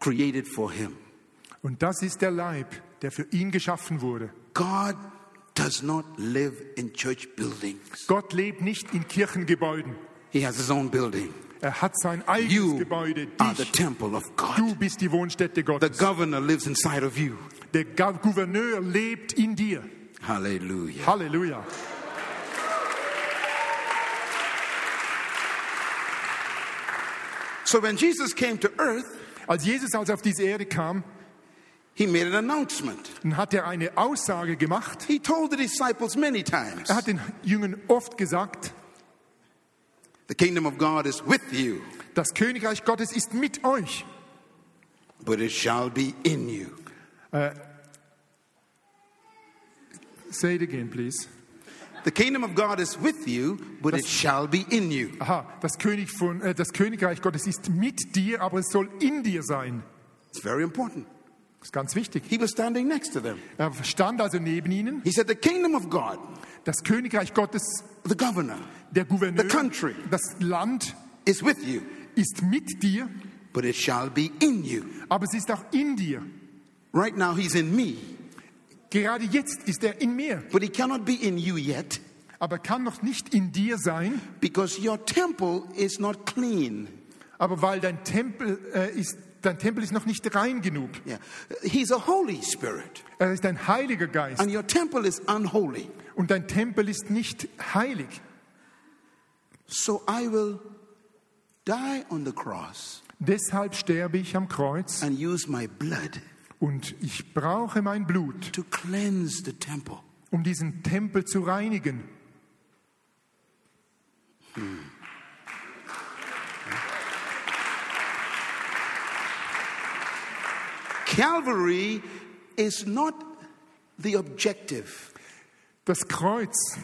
S1: created for him.
S2: Und das ist der Leib, der für ihn geschaffen wurde.
S1: God does not live in church buildings.
S2: Gott lebt nicht in Kirchengebäuden.
S1: He has his own building.
S2: Er hat sein eigenes
S1: You
S2: Gebäude.
S1: are the
S2: Dich,
S1: temple of
S2: du
S1: God.
S2: bist die Wohnstätte
S1: The
S2: Gottes.
S1: governor lives inside of you.
S2: Der Ga- Gouverneur lebt in dir.
S1: Hallelujah.
S2: Halleluja.
S1: So when Jesus came to earth,
S2: Als Jesus also auf diese Erde kam,
S1: he made an announcement.
S2: dann hat er eine Aussage gemacht.
S1: He told the disciples many times
S2: Er hat den Jüngern oft gesagt,
S1: The kingdom of God is with you,
S2: das Königreich Gottes ist mit euch.
S1: but it shall be in you.
S2: Say it again, please.
S1: The kingdom of God is with you, but it shall be in you.
S2: Aha, das, König von, äh, das Königreich Gottes ist mit dir, aber es soll in dir sein.
S1: It's very important.
S2: Das ist ganz wichtig.
S1: He was standing next to them.
S2: Er stand also neben ihnen.
S1: He said, The kingdom of God,
S2: Das Königreich Gottes,
S1: the governor,
S2: der Gouverneur,
S1: The country.
S2: das Land
S1: is with you,
S2: ist mit dir,
S1: but it shall be in you.
S2: aber es ist auch in dir.
S1: Right now, he's in me,
S2: Gerade jetzt ist er in mir,
S1: but he cannot be in you yet
S2: aber kann noch nicht in dir sein,
S1: because your temple is not clean.
S2: aber weil dein Tempel äh, ist dein Tempel ist noch nicht rein genug.
S1: Yeah. He's a Holy Spirit,
S2: Er ist ein heiliger Geist
S1: and your temple is unholy.
S2: und dein Tempel ist nicht heilig.
S1: So I will die on the cross
S2: Deshalb sterbe ich am Kreuz
S1: and use my blood
S2: und ich brauche mein Blut,
S1: to cleanse the temple.
S2: um diesen Tempel zu reinigen.
S1: Calvary is not the objective.
S2: Das Kreuz,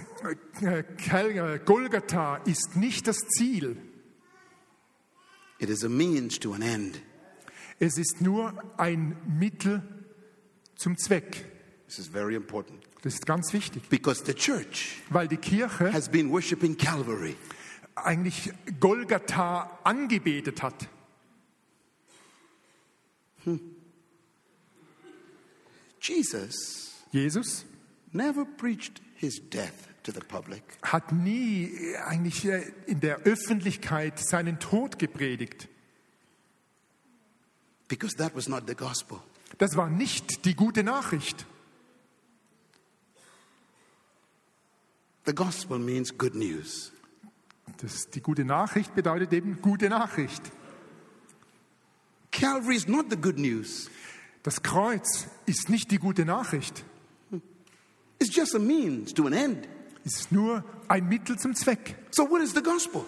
S2: äh, Kel- äh, Golgatha, ist nicht das Ziel.
S1: It is a means to an end.
S2: Es ist nur ein Mittel zum Zweck.
S1: This is very important
S2: Das ist ganz wichtig,
S1: because the church
S2: weil die Kirche
S1: has been worshiping Calvary.
S2: eigentlich Golgatha angebetet hat.
S1: Jesus
S2: Jesus
S1: never preached his death to the public.
S2: hat nie äh, eigentlich äh, in der Öffentlichkeit seinen Tod gepredigt.
S1: Because that was not the gospel.
S2: Das war nicht die gute Nachricht.
S1: The gospel means good news.
S2: Das, die gute Nachricht bedeutet eben gute Nachricht.
S1: Calvary is not the good news,
S2: Das Kreuz ist nicht die gute Nachricht.
S1: it's just a means to an end.
S2: Es ist nur ein Mittel zum Zweck.
S1: So, what is the gospel?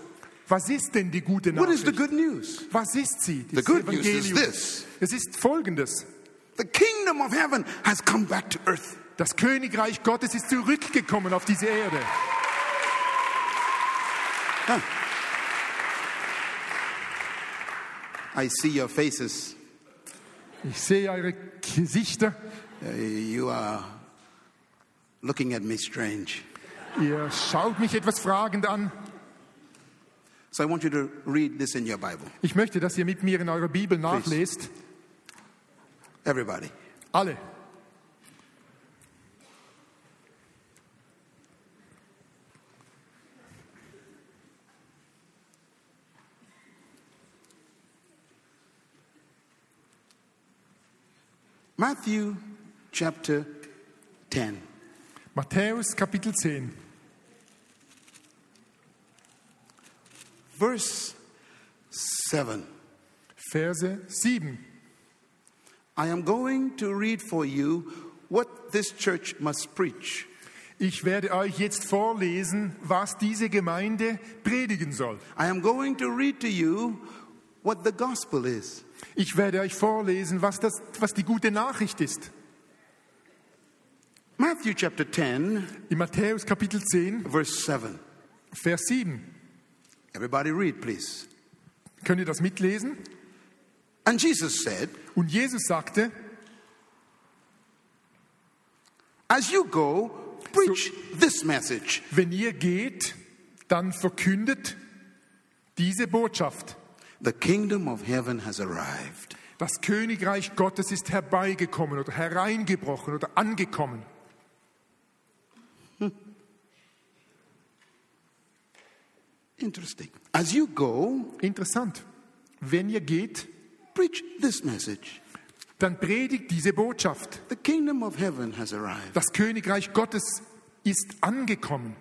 S2: Was ist denn die gute
S1: What is
S2: Nachricht?
S1: the good news?
S2: Was ist sie?
S1: The good news is this.
S2: Es ist folgendes.
S1: The kingdom of heaven has come back to earth.
S2: Das Königreich Gottes ist zurückgekommen auf diese Erde.
S1: I see your faces.
S2: Ich sehe eure Gesichter.
S1: Uh, you are looking at me strange.
S2: Ihr schaut mich etwas fragend an.
S1: So I want you to read this in your Bible,
S2: Ich möchte, dass ihr mit mir in eurer Bibel nachlest.
S1: everybody.
S2: Alle.
S1: Matthew chapter 10.
S2: Matthäus Kapitel 10,
S1: Verse 7.
S2: Verse 7.
S1: I am going to read for you what this church must preach.
S2: Ich werde euch jetzt vorlesen, was diese Gemeinde predigen soll.
S1: I am going to read to you what the gospel is.
S2: Ich werde euch vorlesen, was, das, was die gute Nachricht ist.
S1: Matthew chapter 10,
S2: In Matthäus Kapitel 10,
S1: verse 7.
S2: Vers 7.
S1: Everybody read, please.
S2: Könnt ihr das mitlesen?
S1: And Jesus said,
S2: Und Jesus sagte,
S1: As you go, preach this message.
S2: wenn ihr geht, dann verkündet diese Botschaft.
S1: The kingdom of heaven has arrived.
S2: Das Königreich Gottes ist herbeigekommen oder hereingebrochen oder angekommen.
S1: Interesting. As you go,
S2: Interessant. Wenn ihr geht,
S1: preach this message.
S2: dann predigt diese Botschaft.
S1: The kingdom of heaven has arrived.
S2: Das Königreich Gottes ist angekommen.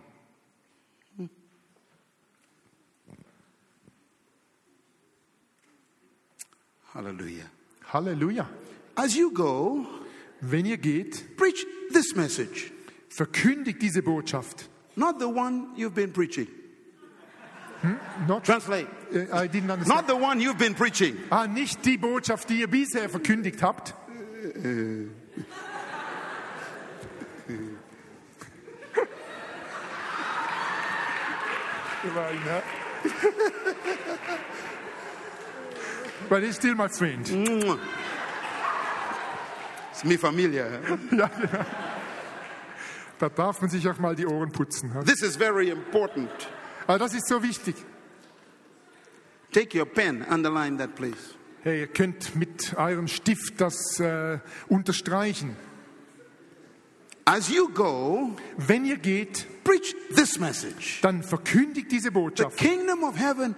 S1: Hallelujah.
S2: Halleluja.
S1: As you go,
S2: Wenn ihr geht,
S1: preach this message,
S2: verkündigt diese Botschaft.
S1: not the one you've been preaching.
S2: Not,
S1: Translate.
S2: äh, I didn't
S1: Not
S2: understand.
S1: the one you've been preaching.
S2: ah, nicht die Botschaft, die ihr bisher verkündigt habt. Gemein, ne? But it's still my friend.
S1: Mwah. It's mi familia. huh?
S2: Da darf man sich auch mal die Ohren putzen. hä?
S1: This is very important.
S2: Aber das ist so wichtig.
S1: Take your pen, underline that, please.
S2: Hey, ihr könnt mit eurem Stift das äh, unterstreichen.
S1: As you go,
S2: Wenn ihr geht,
S1: preach this message
S2: dann verkündigt diese
S1: The
S2: Botschaft.
S1: kingdom of heaven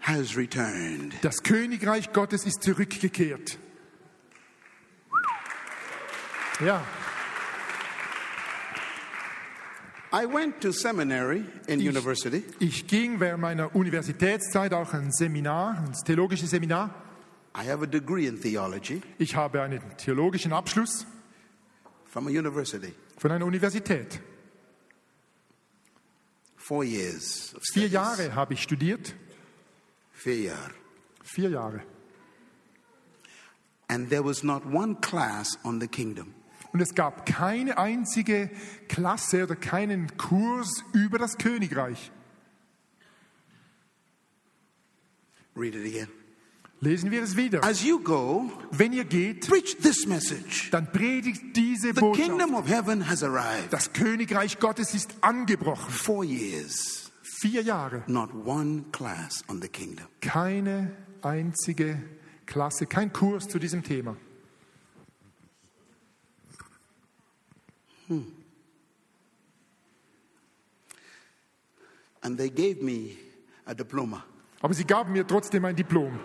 S1: has returned.
S2: Das Königreich Gottes ist zurückgekehrt. Ja,
S1: I went to seminary in university,
S2: ich ging während meiner Universitätszeit auch ein Seminar, ein theologisches Seminar.
S1: I have a degree in theology
S2: Ich habe einen theologischen Abschluss
S1: from a university.
S2: von einer Universität.
S1: Four years. Of
S2: Vier
S1: studies.
S2: Jahre habe ich studiert.
S1: Vier Jahre.
S2: Vier Jahre.
S1: And there was not one class on the kingdom.
S2: Und es gab keine einzige Klasse oder keinen Kurs über das Königreich.
S1: Read it again.
S2: Lesen wir es wieder.
S1: As you go,
S2: Wenn ihr geht,
S1: preach this message.
S2: dann predigt diese
S1: The
S2: Botschaft.
S1: kingdom of heaven has arrived.
S2: Das Königreich Gottes ist angebrochen.
S1: Four years.
S2: Vier Jahre.
S1: Not one class on the kingdom.
S2: Keine einzige Klasse, kein Kurs zu diesem Thema.
S1: And they gave me a diploma.
S2: Aber sie gaben mir trotzdem ein Diplom.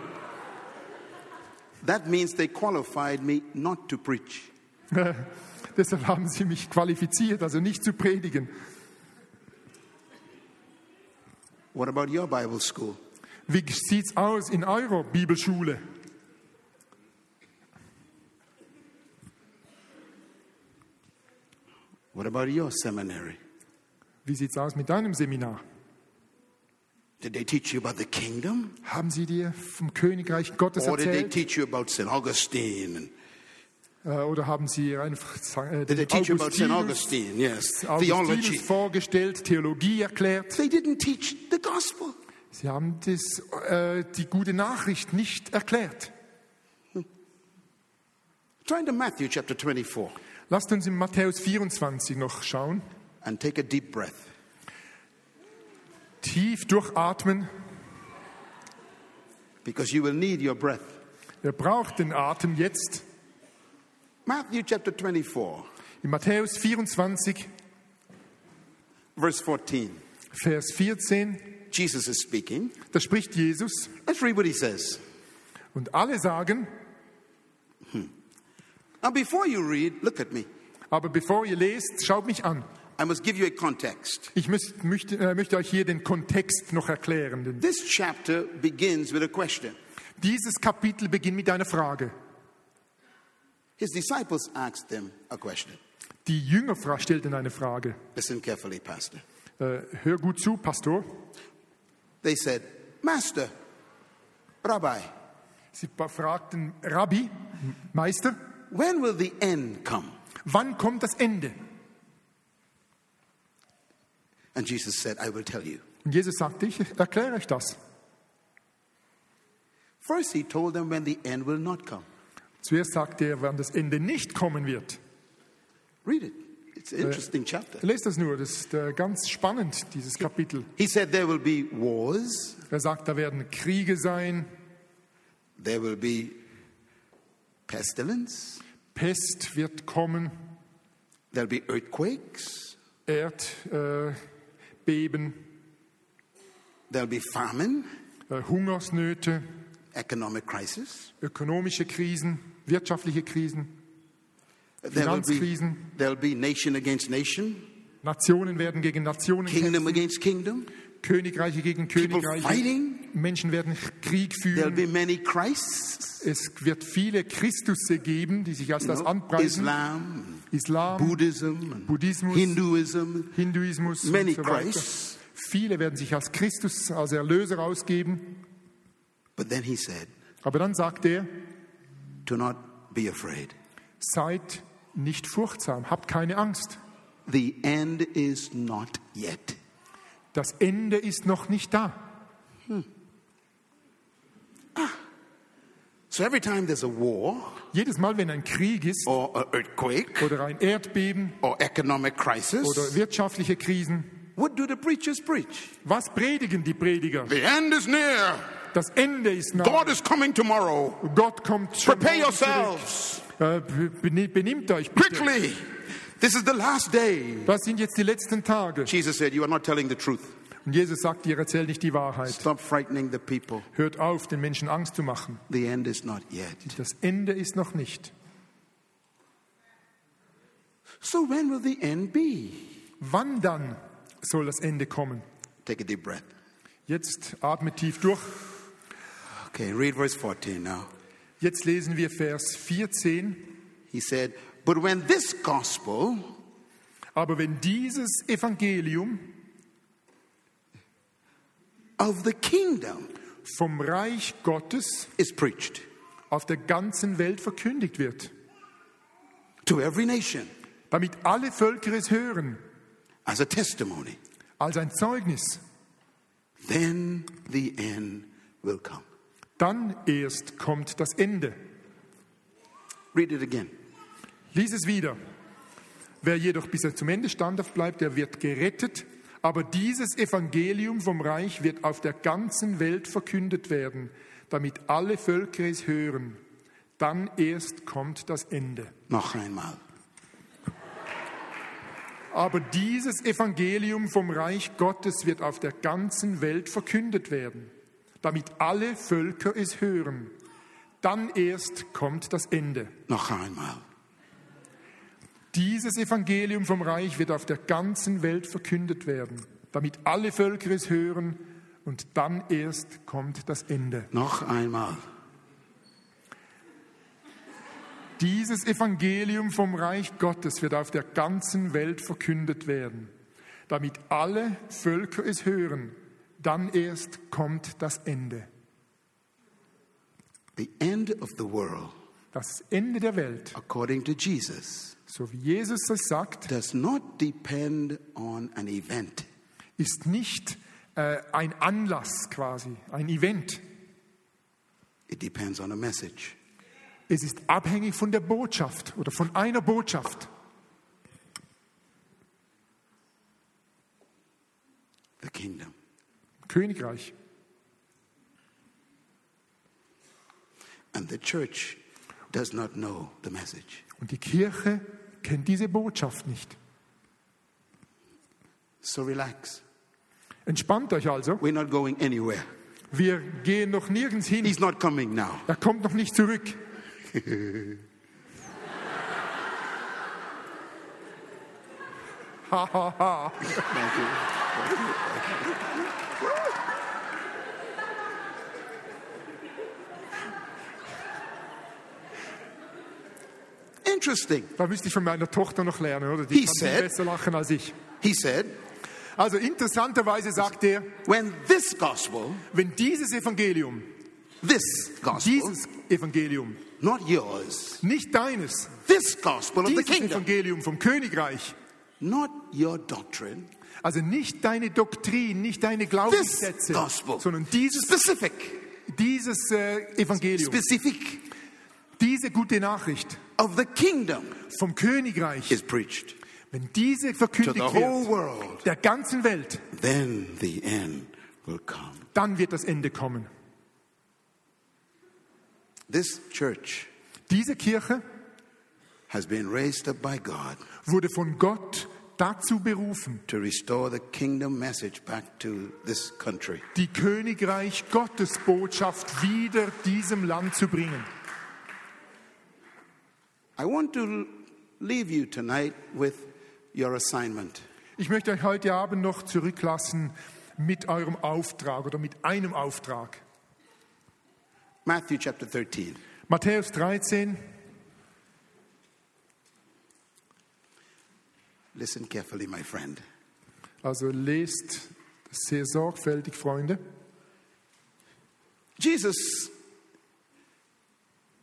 S1: That means they qualified me not to preach.
S2: Deshalb haben sie mich qualifiziert, also nicht zu predigen.
S1: What about your Bible school?
S2: Wie sieht's aus in eurer Bibelschule?
S1: What about your seminary?
S2: Wie sieht's aus mit deinem Seminar?
S1: Did they teach you about the kingdom?
S2: Haben sie dir vom Königreich Gottes
S1: Or did they
S2: erzählt?
S1: teach you about St. Augustine? And
S2: Äh, Oder haben sie einfach äh,
S1: did they
S2: den
S1: teach you about St. Augustine?
S2: Augustinus,
S1: Yes. Theology.
S2: Augustinus vorgestellt, Theologie erklärt?
S1: They didn't teach the gospel.
S2: Sie haben das, äh, die gute Nachricht nicht erklärt.
S1: Turn to Matthew chapter 24
S2: Lasst uns in Matthäus 24 noch schauen.
S1: and take a deep breath.
S2: Tief durchatmen.
S1: because you will need your breath.
S2: Ihr braucht den Atem jetzt.
S1: Matthew chapter 24,
S2: In Matthäus 24,
S1: verse 14.
S2: Vers 14,
S1: Jesus is speaking.
S2: da spricht Jesus
S1: Let's read what he says.
S2: und alle sagen,
S1: Now, before you read, look at me.
S2: aber bevor ihr lest, schaut mich an.
S1: I must give you a context.
S2: Ich müß, möchte, äh, möchte euch hier den Kontext noch erklären. Denn
S1: This chapter begins with a question.
S2: dieses Kapitel beginnt mit einer Frage.
S1: His disciples asked them a question.
S2: Die Jünger fra- stellten eine Frage.
S1: Listen carefully, Pastor.
S2: Äh, hör gut zu, Pastor.
S1: They said, Master, Rabbi,
S2: Sie fragten Rabbi, Meister,
S1: when will the end come?
S2: wann kommt das Ende?
S1: And Jesus said, I will tell you.
S2: Und Jesus sagte, ich erkläre euch das.
S1: First, he told them when the end will not come.
S2: Zuerst sagte er, wann das Ende nicht kommen wird.
S1: Read it. It's
S2: Uh,
S1: an interesting chapter.
S2: Lest das nur, das ist äh, ganz spannend, dieses Kapitel.
S1: He said there will be wars,
S2: Er sagt, da werden Kriege sein,
S1: There will be pestilence,
S2: Pest wird kommen,
S1: there'll be earthquakes,
S2: Erdbeben, äh, Beben,
S1: there'll be famine,
S2: äh, Hungersnöte,
S1: economic crisis,
S2: ökonomische Krisen, wirtschaftliche Krisen,
S1: there will be,
S2: Finanzkrisen.
S1: there'll be nation against nation,
S2: Nationen werden gegen Nationen
S1: kingdom
S2: kämpfen,
S1: against kingdom,
S2: Königreiche gegen
S1: people
S2: Königreiche.
S1: fighting,
S2: Menschen werden Krieg
S1: there'll
S2: führen.
S1: be many Christs,
S2: Es wird viele Christusse geben, die sich als das
S1: you know,
S2: anpreisen.
S1: Islam,
S2: Islam,
S1: Buddhism, and
S2: Buddhismus,
S1: Hinduism,
S2: Hinduismus
S1: many
S2: und so weiter.
S1: Christs.
S2: Viele werden sich als Christus, als Erlöser ausgeben.
S1: But then he said,
S2: Aber dann sagt er,
S1: do not be afraid.
S2: seid nicht furchtsam, habt keine Angst.
S1: The end is not yet.
S2: Das Ende ist noch nicht da.
S1: So every time there's a war
S2: Jedes Mal, wenn ein Krieg ist
S1: or an earthquake
S2: oder ein Erdbeben
S1: or economic
S2: oder
S1: crisis,
S2: wirtschaftliche Krisen,
S1: what do the preachers preach?
S2: was predigen die Prediger?
S1: The end is near.
S2: Das Ende ist nah.
S1: God is coming tomorrow.
S2: Gott kommt schon
S1: Prepare
S2: morgen zurück.
S1: yourselves
S2: Äh, bene- Benimmt euch bitte.
S1: quickly. This is the last day.
S2: Das sind jetzt die letzten Tage.
S1: Jesus said, You are not telling the truth.
S2: Und Jesus sagt, ihr erzählt nicht die Wahrheit.
S1: Stop frightening the people.
S2: Hört auf, den Menschen Angst zu machen.
S1: The end is not yet.
S2: Das Ende ist noch nicht.
S1: So when will the end be?
S2: Wann dann soll das Ende kommen?
S1: Take a deep breath.
S2: Jetzt atme tief durch.
S1: Okay, read verse 14 now.
S2: Jetzt lesen wir Vers 14.
S1: He said, But when this gospel
S2: Aber wenn dieses Evangelium
S1: of the kingdom
S2: vom Reich Gottes
S1: is preached
S2: auf der ganzen Welt verkündigt wird,
S1: to every nation
S2: damit alle Völker es hören,
S1: as a testimony,
S2: als ein Zeugnis,
S1: then the end will come.
S2: dann erst kommt das Ende.
S1: Read it again.
S2: Lies es wieder. Wer jedoch bis er zum Ende standhaft bleibt, der wird gerettet. Aber dieses Evangelium vom Reich wird auf der ganzen Welt verkündet werden, damit alle Völker es hören. Dann erst kommt das Ende.
S1: Noch einmal.
S2: Aber dieses Evangelium vom Reich Gottes wird auf der ganzen Welt verkündet werden, damit alle Völker es hören. Dann erst kommt das Ende.
S1: Noch einmal.
S2: Dieses Evangelium vom Reich wird auf der ganzen Welt verkündet werden, damit alle Völker es hören und dann erst kommt das Ende.
S1: Noch einmal.
S2: Dieses Evangelium vom Reich Gottes wird auf der ganzen Welt verkündet werden, damit alle Völker es hören, dann erst kommt das Ende.
S1: The end of the world,
S2: Das Ende der Welt,
S1: according to Jesus,
S2: so wie Jesus es sagt,
S1: does not depend on an event.
S2: ist nicht äh, ein Anlass quasi, ein Event.
S1: It depends on a message.
S2: Es ist abhängig von der Botschaft oder von einer Botschaft.
S1: The kingdom.
S2: Königreich.
S1: And the church does not know the message.
S2: Und die Kirche kennt diese Botschaft nicht.
S1: So relax.
S2: Entspannt euch also.
S1: We're not going anywhere.
S2: Wir gehen noch nirgends hin.
S1: He's not coming now.
S2: Er kommt noch nicht zurück. Ha, ha, ha.
S1: Interesting.
S2: Da müsste ich von meiner Tochter noch lernen, oder?
S1: He
S2: Die kann viel
S1: said-
S2: besser lachen als ich.
S1: He said,
S2: Also interessanterweise sagt er,
S1: when this gospel,
S2: wenn dieses Evangelium,
S1: this gospel,
S2: dieses Evangelium,
S1: not yours,
S2: nicht deines,
S1: this gospel of the
S2: dieses
S1: kingdom,
S2: Evangelium vom Königreich,
S1: not your doctrine,
S2: Also nicht deine Doktrin, nicht deine
S1: this
S2: Glaubenssätze,
S1: gospel,
S2: sondern dieses,
S1: specific,
S2: dieses äh, Evangelium,
S1: specific
S2: diese gute Nachricht
S1: of the kingdom
S2: vom Königreich,
S1: is preached
S2: wenn diese
S1: to the
S2: verkündigt
S1: whole
S2: wird,
S1: world,
S2: der ganzen Welt,
S1: then the end will come.
S2: dann wird das Ende kommen.
S1: This church
S2: Diese Kirche
S1: has been raised up by God
S2: wurde von Gott dazu berufen,
S1: to restore the kingdom message back to this country.
S2: die Königreich Gottes Botschaft wieder diesem Land zu bringen.
S1: I want to leave you tonight with your assignment.
S2: Ich möchte euch heute Abend noch zurücklassen mit eurem Auftrag oder mit einem Auftrag.
S1: Matthew chapter 13.
S2: Matthäus 13,
S1: Listen carefully, my friend.
S2: Also lest sehr sorgfältig, Freunde.
S1: Jesus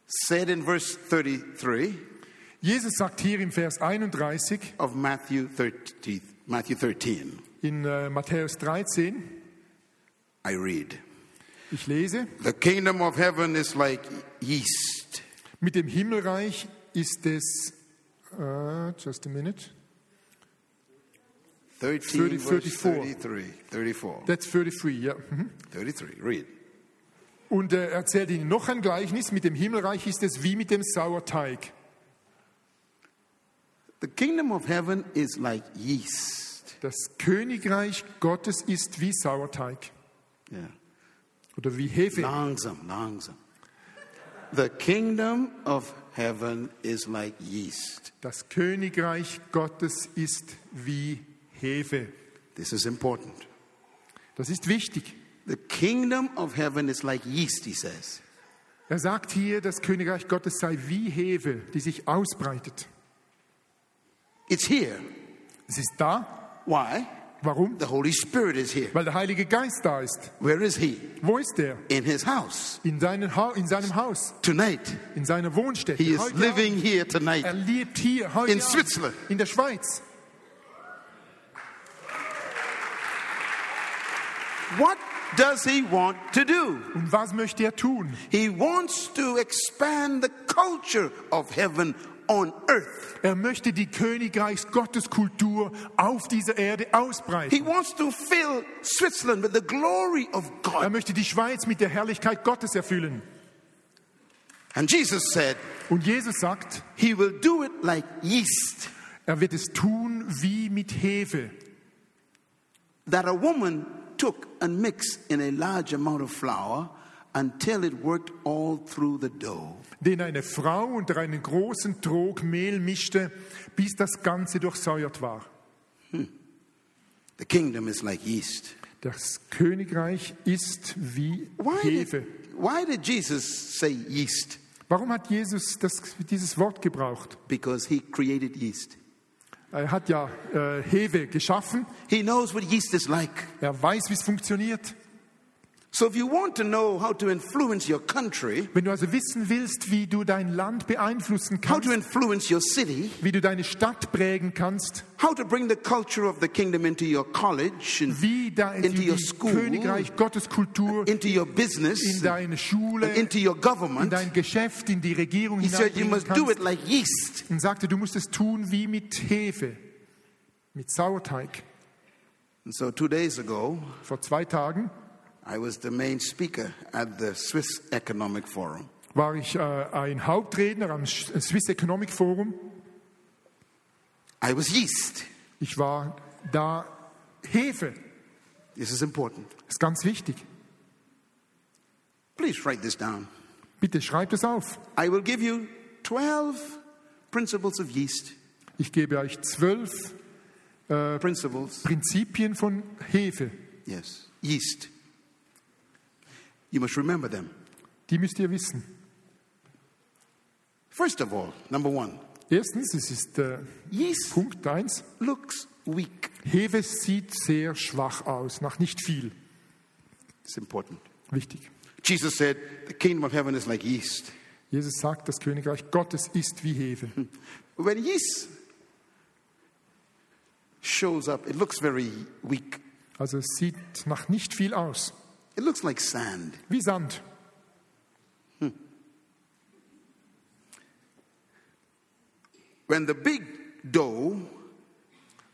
S1: said in verse 33
S2: Jesus sagt hier im Vers 31
S1: of Matthew 13, Matthew 13
S2: in äh, Matthäus 13,
S1: I read,
S2: Ich lese,
S1: The kingdom of heaven is like yeast.
S2: mit dem Himmelreich ist es, äh, just a minute,
S1: 13,
S2: 30,
S1: verse
S2: 34.
S1: 33. 34.
S2: that's 33, ja. Mhm.
S1: 33. Read.
S2: Und äh, er erzählt ihnen noch ein Gleichnis, mit dem Himmelreich ist es wie mit dem Sauerteig.
S1: The kingdom of heaven is like yeast.
S2: Das Königreich Gottes ist wie Sauerteig
S1: Yeah.
S2: oder wie Hefe.
S1: Langsam, langsam. The kingdom of heaven is like yeast.
S2: Das Königreich Gottes ist wie Hefe.
S1: This is important.
S2: Das ist wichtig.
S1: The kingdom of heaven is like yeast, he says.
S2: Er sagt hier, das Königreich Gottes sei wie Hefe, die sich ausbreitet.
S1: It's here.
S2: Es ist da.
S1: Why?
S2: Warum?
S1: The Holy Spirit is here.
S2: Weil der Heilige Geist da ist.
S1: Where is he?
S2: Wo ist er?
S1: In his house.
S2: In, seinen ha in seinem Haus,
S1: Tonight.
S2: in seiner Wohnstätte.
S1: He is
S2: Heute
S1: living here
S2: Abend. Er
S1: tonight.
S2: lebt hier heute
S1: In
S2: Abend.
S1: Switzerland.
S2: in der Schweiz.
S1: What does he want to do?
S2: Und was möchte er tun?
S1: He wants to expand the culture of heaven on earth.
S2: Er möchte die Königreichs Gotteskultur auf dieser Erde
S1: He
S2: ausbreiten.
S1: wants to fill Switzerland with the glory of
S2: Er
S1: God.
S2: möchte die Schweiz mit der Herrlichkeit Gottes erfüllen.
S1: And Jesus said,
S2: Und Jesus sagt,
S1: He will do it like yeast,
S2: er wird es tun wie mit Hefe,
S1: that a woman took and mixed in a large amount of flour until it worked all through the dough.
S2: den eine Frau unter einen großen Trog Mehl mischte, bis das Ganze durchsäuert war.
S1: The kingdom is like yeast.
S2: Das Königreich ist wie
S1: Why
S2: Hefe.
S1: did, why did Jesus say yeast?
S2: Warum hat Jesus das, dieses Wort gebraucht?
S1: Because He created yeast.
S2: Er hat ja äh, Hefe geschaffen,
S1: He knows what yeast is like.
S2: er weiß, wie es funktioniert.
S1: So if you want to know how to influence your country,
S2: Wenn du also wissen willst, wie du dein Land beeinflussen
S1: how to
S2: kannst,
S1: influence your city,
S2: wie du deine Stadt prägen kannst,
S1: how to bring the culture of the kingdom into your college and
S2: wie da
S1: Into
S2: die
S1: your school.
S2: Königreich Gottes Kultur
S1: into your
S2: in
S1: business,
S2: deine Schule,
S1: and into your
S2: in
S1: government,
S2: dein Geschäft, in die Regierung
S1: he said you
S2: hineinbringen
S1: must do
S2: kannst.
S1: it like yeast.
S2: Und sagte, du musst es tun wie mit Hefe, mit Sauerteig.
S1: And so two days ago,
S2: Vor zwei Tagen
S1: I was the main speaker at the Swiss Economic Forum.
S2: war ich äh, ein Hauptredner am Sch- äh, Swiss Economic Forum.
S1: I was yeast.
S2: Ich war da Hefe.
S1: This is important.
S2: Ist ganz wichtig.
S1: Please write this down.
S2: Bitte schreibt es auf.
S1: I will give you 12 principles of yeast.
S2: Ich gebe euch zwölf
S1: Uh, Principles.
S2: Prinzipien von Hefe.
S1: Yes. Yeast. You must remember them.
S2: Die müsst ihr wissen.
S1: First of all, number one,
S2: Erstens, es ist äh,
S1: yeast
S2: Punkt eins.
S1: looks weak.
S2: Hefe sieht sehr schwach aus, nach nicht viel.
S1: It's important.
S2: Wichtig.
S1: Jesus said, The kingdom of heaven is like yeast.
S2: Jesus sagt, das Königreich Gottes ist wie Hefe.
S1: When yeast shows up, it looks very weak.
S2: Also es sieht nach nicht viel aus,
S1: It looks like sand.
S2: wie Sand.
S1: When the big dough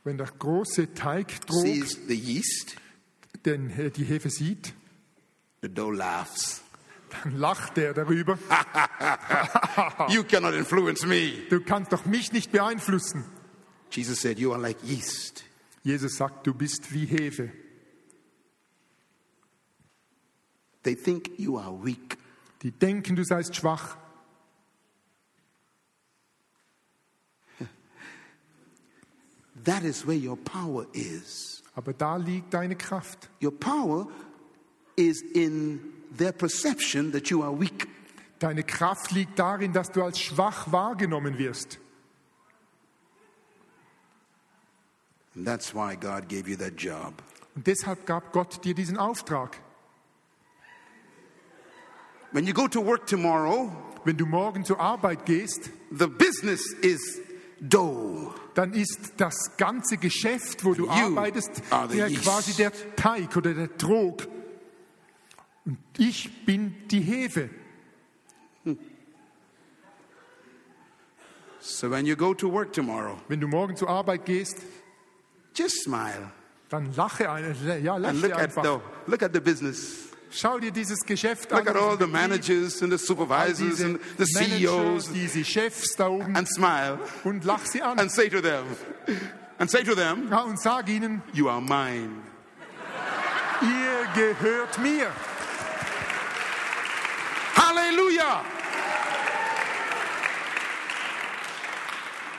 S2: Wenn der große Teigdruck
S1: sees the yeast,
S2: den, äh, die Hefe sieht,
S1: the dough laughs.
S2: dann lacht er darüber.
S1: You cannot influence me.
S2: Du kannst doch mich nicht beeinflussen.
S1: Jesus said, You are like yeast.
S2: Jesus sagt, du bist wie Hefe.
S1: They think you are weak.
S2: Die denken, du seist schwach.
S1: That is where your power is.
S2: Aber da liegt deine Kraft.
S1: Your power is in their perception that you are weak.
S2: Deine Kraft liegt darin, dass du als schwach wahrgenommen wirst.
S1: And that's why God gave you that job.
S2: Und deshalb gab Gott dir diesen Auftrag.
S1: When you go to work tomorrow,
S2: Wenn du morgen zur Arbeit gehst,
S1: the business is dough.
S2: dann ist das ganze Geschäft, wo du
S1: You
S2: arbeitest,
S1: are the
S2: ja quasi der Teig oder der Trog. Und ich bin die Hefe.
S1: So when you go to work tomorrow,
S2: Wenn du morgen zur Arbeit gehst,
S1: just smile
S2: dann lache, ein, ja,
S1: and look
S2: lache
S1: at
S2: einfach.
S1: the look at the business.
S2: Schau dir dieses Geschäft
S1: Look
S2: an.
S1: at all the
S2: diesen Betrieb,
S1: managers and the
S2: all
S1: supervisors
S2: diese
S1: and the
S2: Managers,
S1: CEOs
S2: diese Chefs da oben
S1: and smile
S2: und lach sie an.
S1: and say to them and say to them,
S2: Ja, und sag ihnen,
S1: you are mine.
S2: ihr gehört mir.
S1: Hallelujah.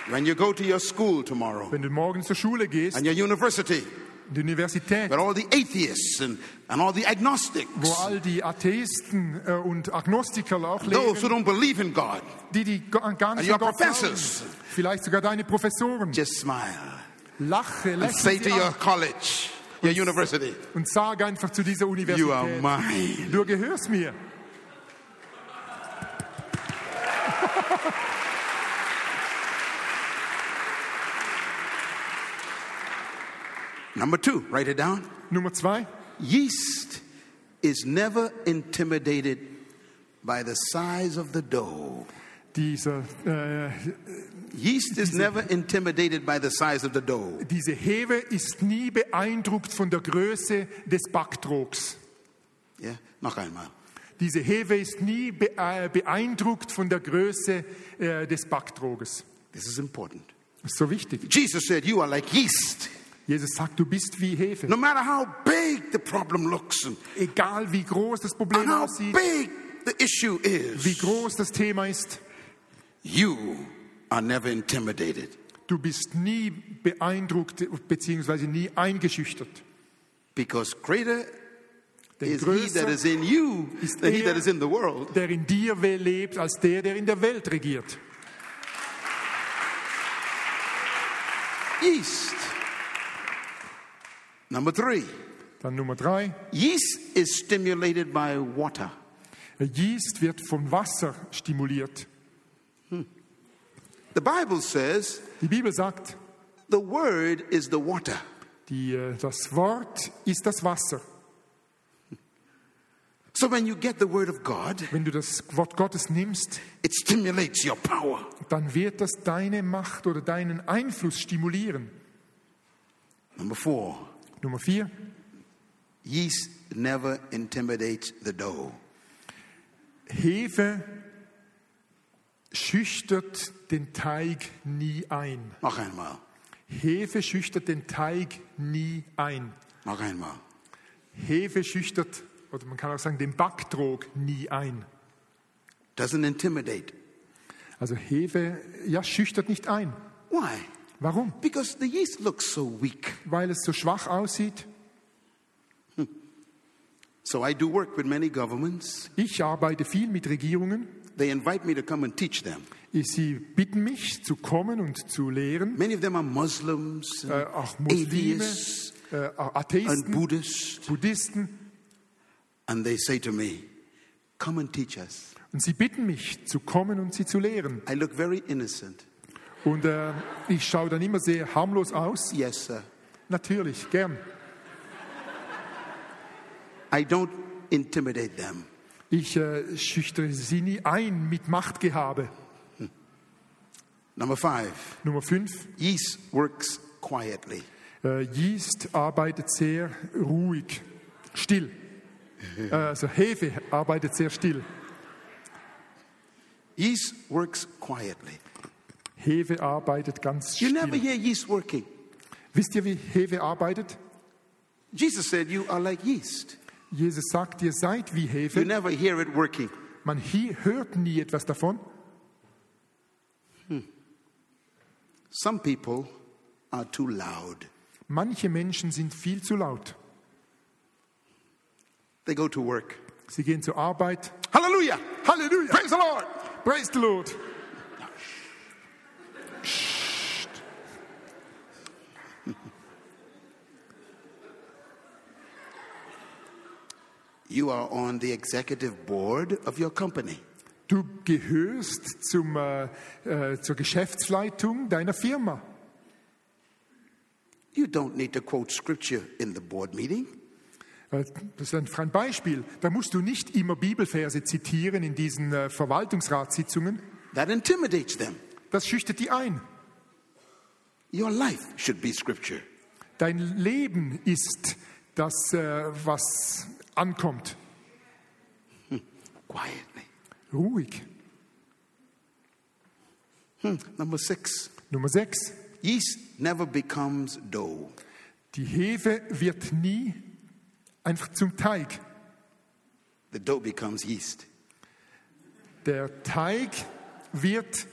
S1: When you go to your school tomorrow
S2: Wenn du morgen zur Schule gehst,
S1: and your university,
S2: in die Universität,
S1: where all the atheists and, and all the agnostics,
S2: wo all die Atheisten äh, und Agnostiker auch
S1: those who
S2: leben,
S1: don't believe in God,
S2: die die ga- gar
S1: And
S2: nicht
S1: your
S2: an Gott glauben.
S1: professors.
S2: vielleicht sogar deine Professoren,
S1: just smile
S2: lache,
S1: and say
S2: lächle
S1: to
S2: sie
S1: your
S2: an
S1: college, your university,
S2: und sag einfach zu dieser
S1: you are
S2: Universität,
S1: mine.
S2: du gehörst mir.
S1: Number two, write it down.
S2: Nummer zwei,
S1: Yeast is never intimidated by the size of the dough.
S2: dieser, äh,
S1: Yeast is never intimidated by the size of the dough.
S2: diese Hefe ist nie beeindruckt von der Größe des Backtrogs.
S1: Ja, noch einmal.
S2: Diese Hefe ist nie be äh, beeindruckt von der Größe äh, des Backtroges.
S1: This is important.
S2: Das ist so wichtig.
S1: Jesus said, You are like yeast.
S2: Jesus sagt, du bist wie Hefe.
S1: No matter how big the problem looks and,
S2: Egal wie groß das
S1: and
S2: Problem
S1: how
S2: aussieht,
S1: big the issue
S2: wie
S1: is,
S2: groß das Thema ist,
S1: you are never intimidated.
S2: du bist nie beeindruckt bzw. nie eingeschüchtert.
S1: Because greater
S2: Denn
S1: is he that
S2: größer,
S1: is in you
S2: ist
S1: than he
S2: er-
S1: that is in the world.
S2: der in dir we- lebt, als der, der in der Welt regiert.
S1: Yeast. Number three.
S2: Dann Nummer drei.
S1: Yeast is stimulated by water.
S2: Yeast wird von Wasser stimuliert.
S1: The Bible says
S2: Die Bibel sagt,
S1: the word is the water.
S2: die, äh, das Wort ist das Wasser.
S1: So when you get the word of God,
S2: Wenn du das Wort Gottes nimmst,
S1: it stimulates your power.
S2: dann wird das deine Macht oder deinen Einfluss stimulieren.
S1: Number four,
S2: Nummer vier.
S1: yeast never intimidates the dough.
S2: Hefe schüchtert den Teig nie ein.
S1: Noch einmal,
S2: Hefe schüchtert den Teig nie ein.
S1: noch einmal.
S2: Hefe schüchtert, oder man kann auch sagen, den Backtrog nie ein.
S1: Doesn't intimidate.
S2: Also Hefe, ja, schüchtert nicht ein.
S1: Why?
S2: Warum?
S1: Because the yeast looks so weak.
S2: Weil es so schwach aussieht.
S1: So I do work with many governments.
S2: Ich arbeite viel mit Regierungen.
S1: They invite me to come and teach them.
S2: Sie bitten mich zu kommen und zu lehren.
S1: Many of them are Muslims, and
S2: Äh, auch Muslime,
S1: atheists,
S2: äh,
S1: and
S2: Atheisten,
S1: Buddhists.
S2: Buddhisten.
S1: And they say to me, Come and teach us.
S2: Und sie bitten mich zu kommen und sie zu lehren.
S1: I look very innocent.
S2: Und äh, ich schaue dann immer sehr harmlos aus.
S1: Yes, sir.
S2: Natürlich, gern.
S1: I don't intimidate them.
S2: Ich äh, schüchtere sie nie ein mit Machtgehabe.
S1: Number five,
S2: Nummer 5.
S1: yeast works quietly.
S2: Äh, Yeast arbeitet sehr ruhig, still. Äh, also Hefe arbeitet sehr still.
S1: Yeast works quietly.
S2: Hefe arbeitet ganz
S1: You never
S2: still.
S1: hear yeast working.
S2: Wisst ihr, wie Hefe arbeitet?
S1: Jesus said, You are like yeast.
S2: Jesus sagt, ihr seid wie
S1: You
S2: Hefe.
S1: never hear it working.
S2: Man hier hört nie etwas davon.
S1: Some people are too loud.
S2: Manche Menschen sind viel zu laut.
S1: They go to work.
S2: Sie gehen zur Arbeit.
S1: Hallelujah!
S2: Halleluja!
S1: Praise the Lord!
S2: Praise the Lord!
S1: You are on the executive board of your company.
S2: Du gehörst zum, äh, äh, zur Geschäftsleitung deiner Firma.
S1: You don't need to quote scripture in the board meeting.
S2: Weil Äh, Das ist ein Beispiel. Da musst du nicht immer Bibelverse zitieren in diesen äh, Verwaltungsratssitzungen.
S1: That intimidates them.
S2: Das schüchtert die ein.
S1: Your life should be scripture.
S2: Dein Leben ist das, äh, was ankommt.
S1: Quietly.
S2: Ruhig.
S1: Hmm, Number six,
S2: Nummer sechs.
S1: yeast never becomes dough.
S2: Die Hefe wird nie einfach zum Teig.
S1: The dough becomes yeast.
S2: Der Teig wird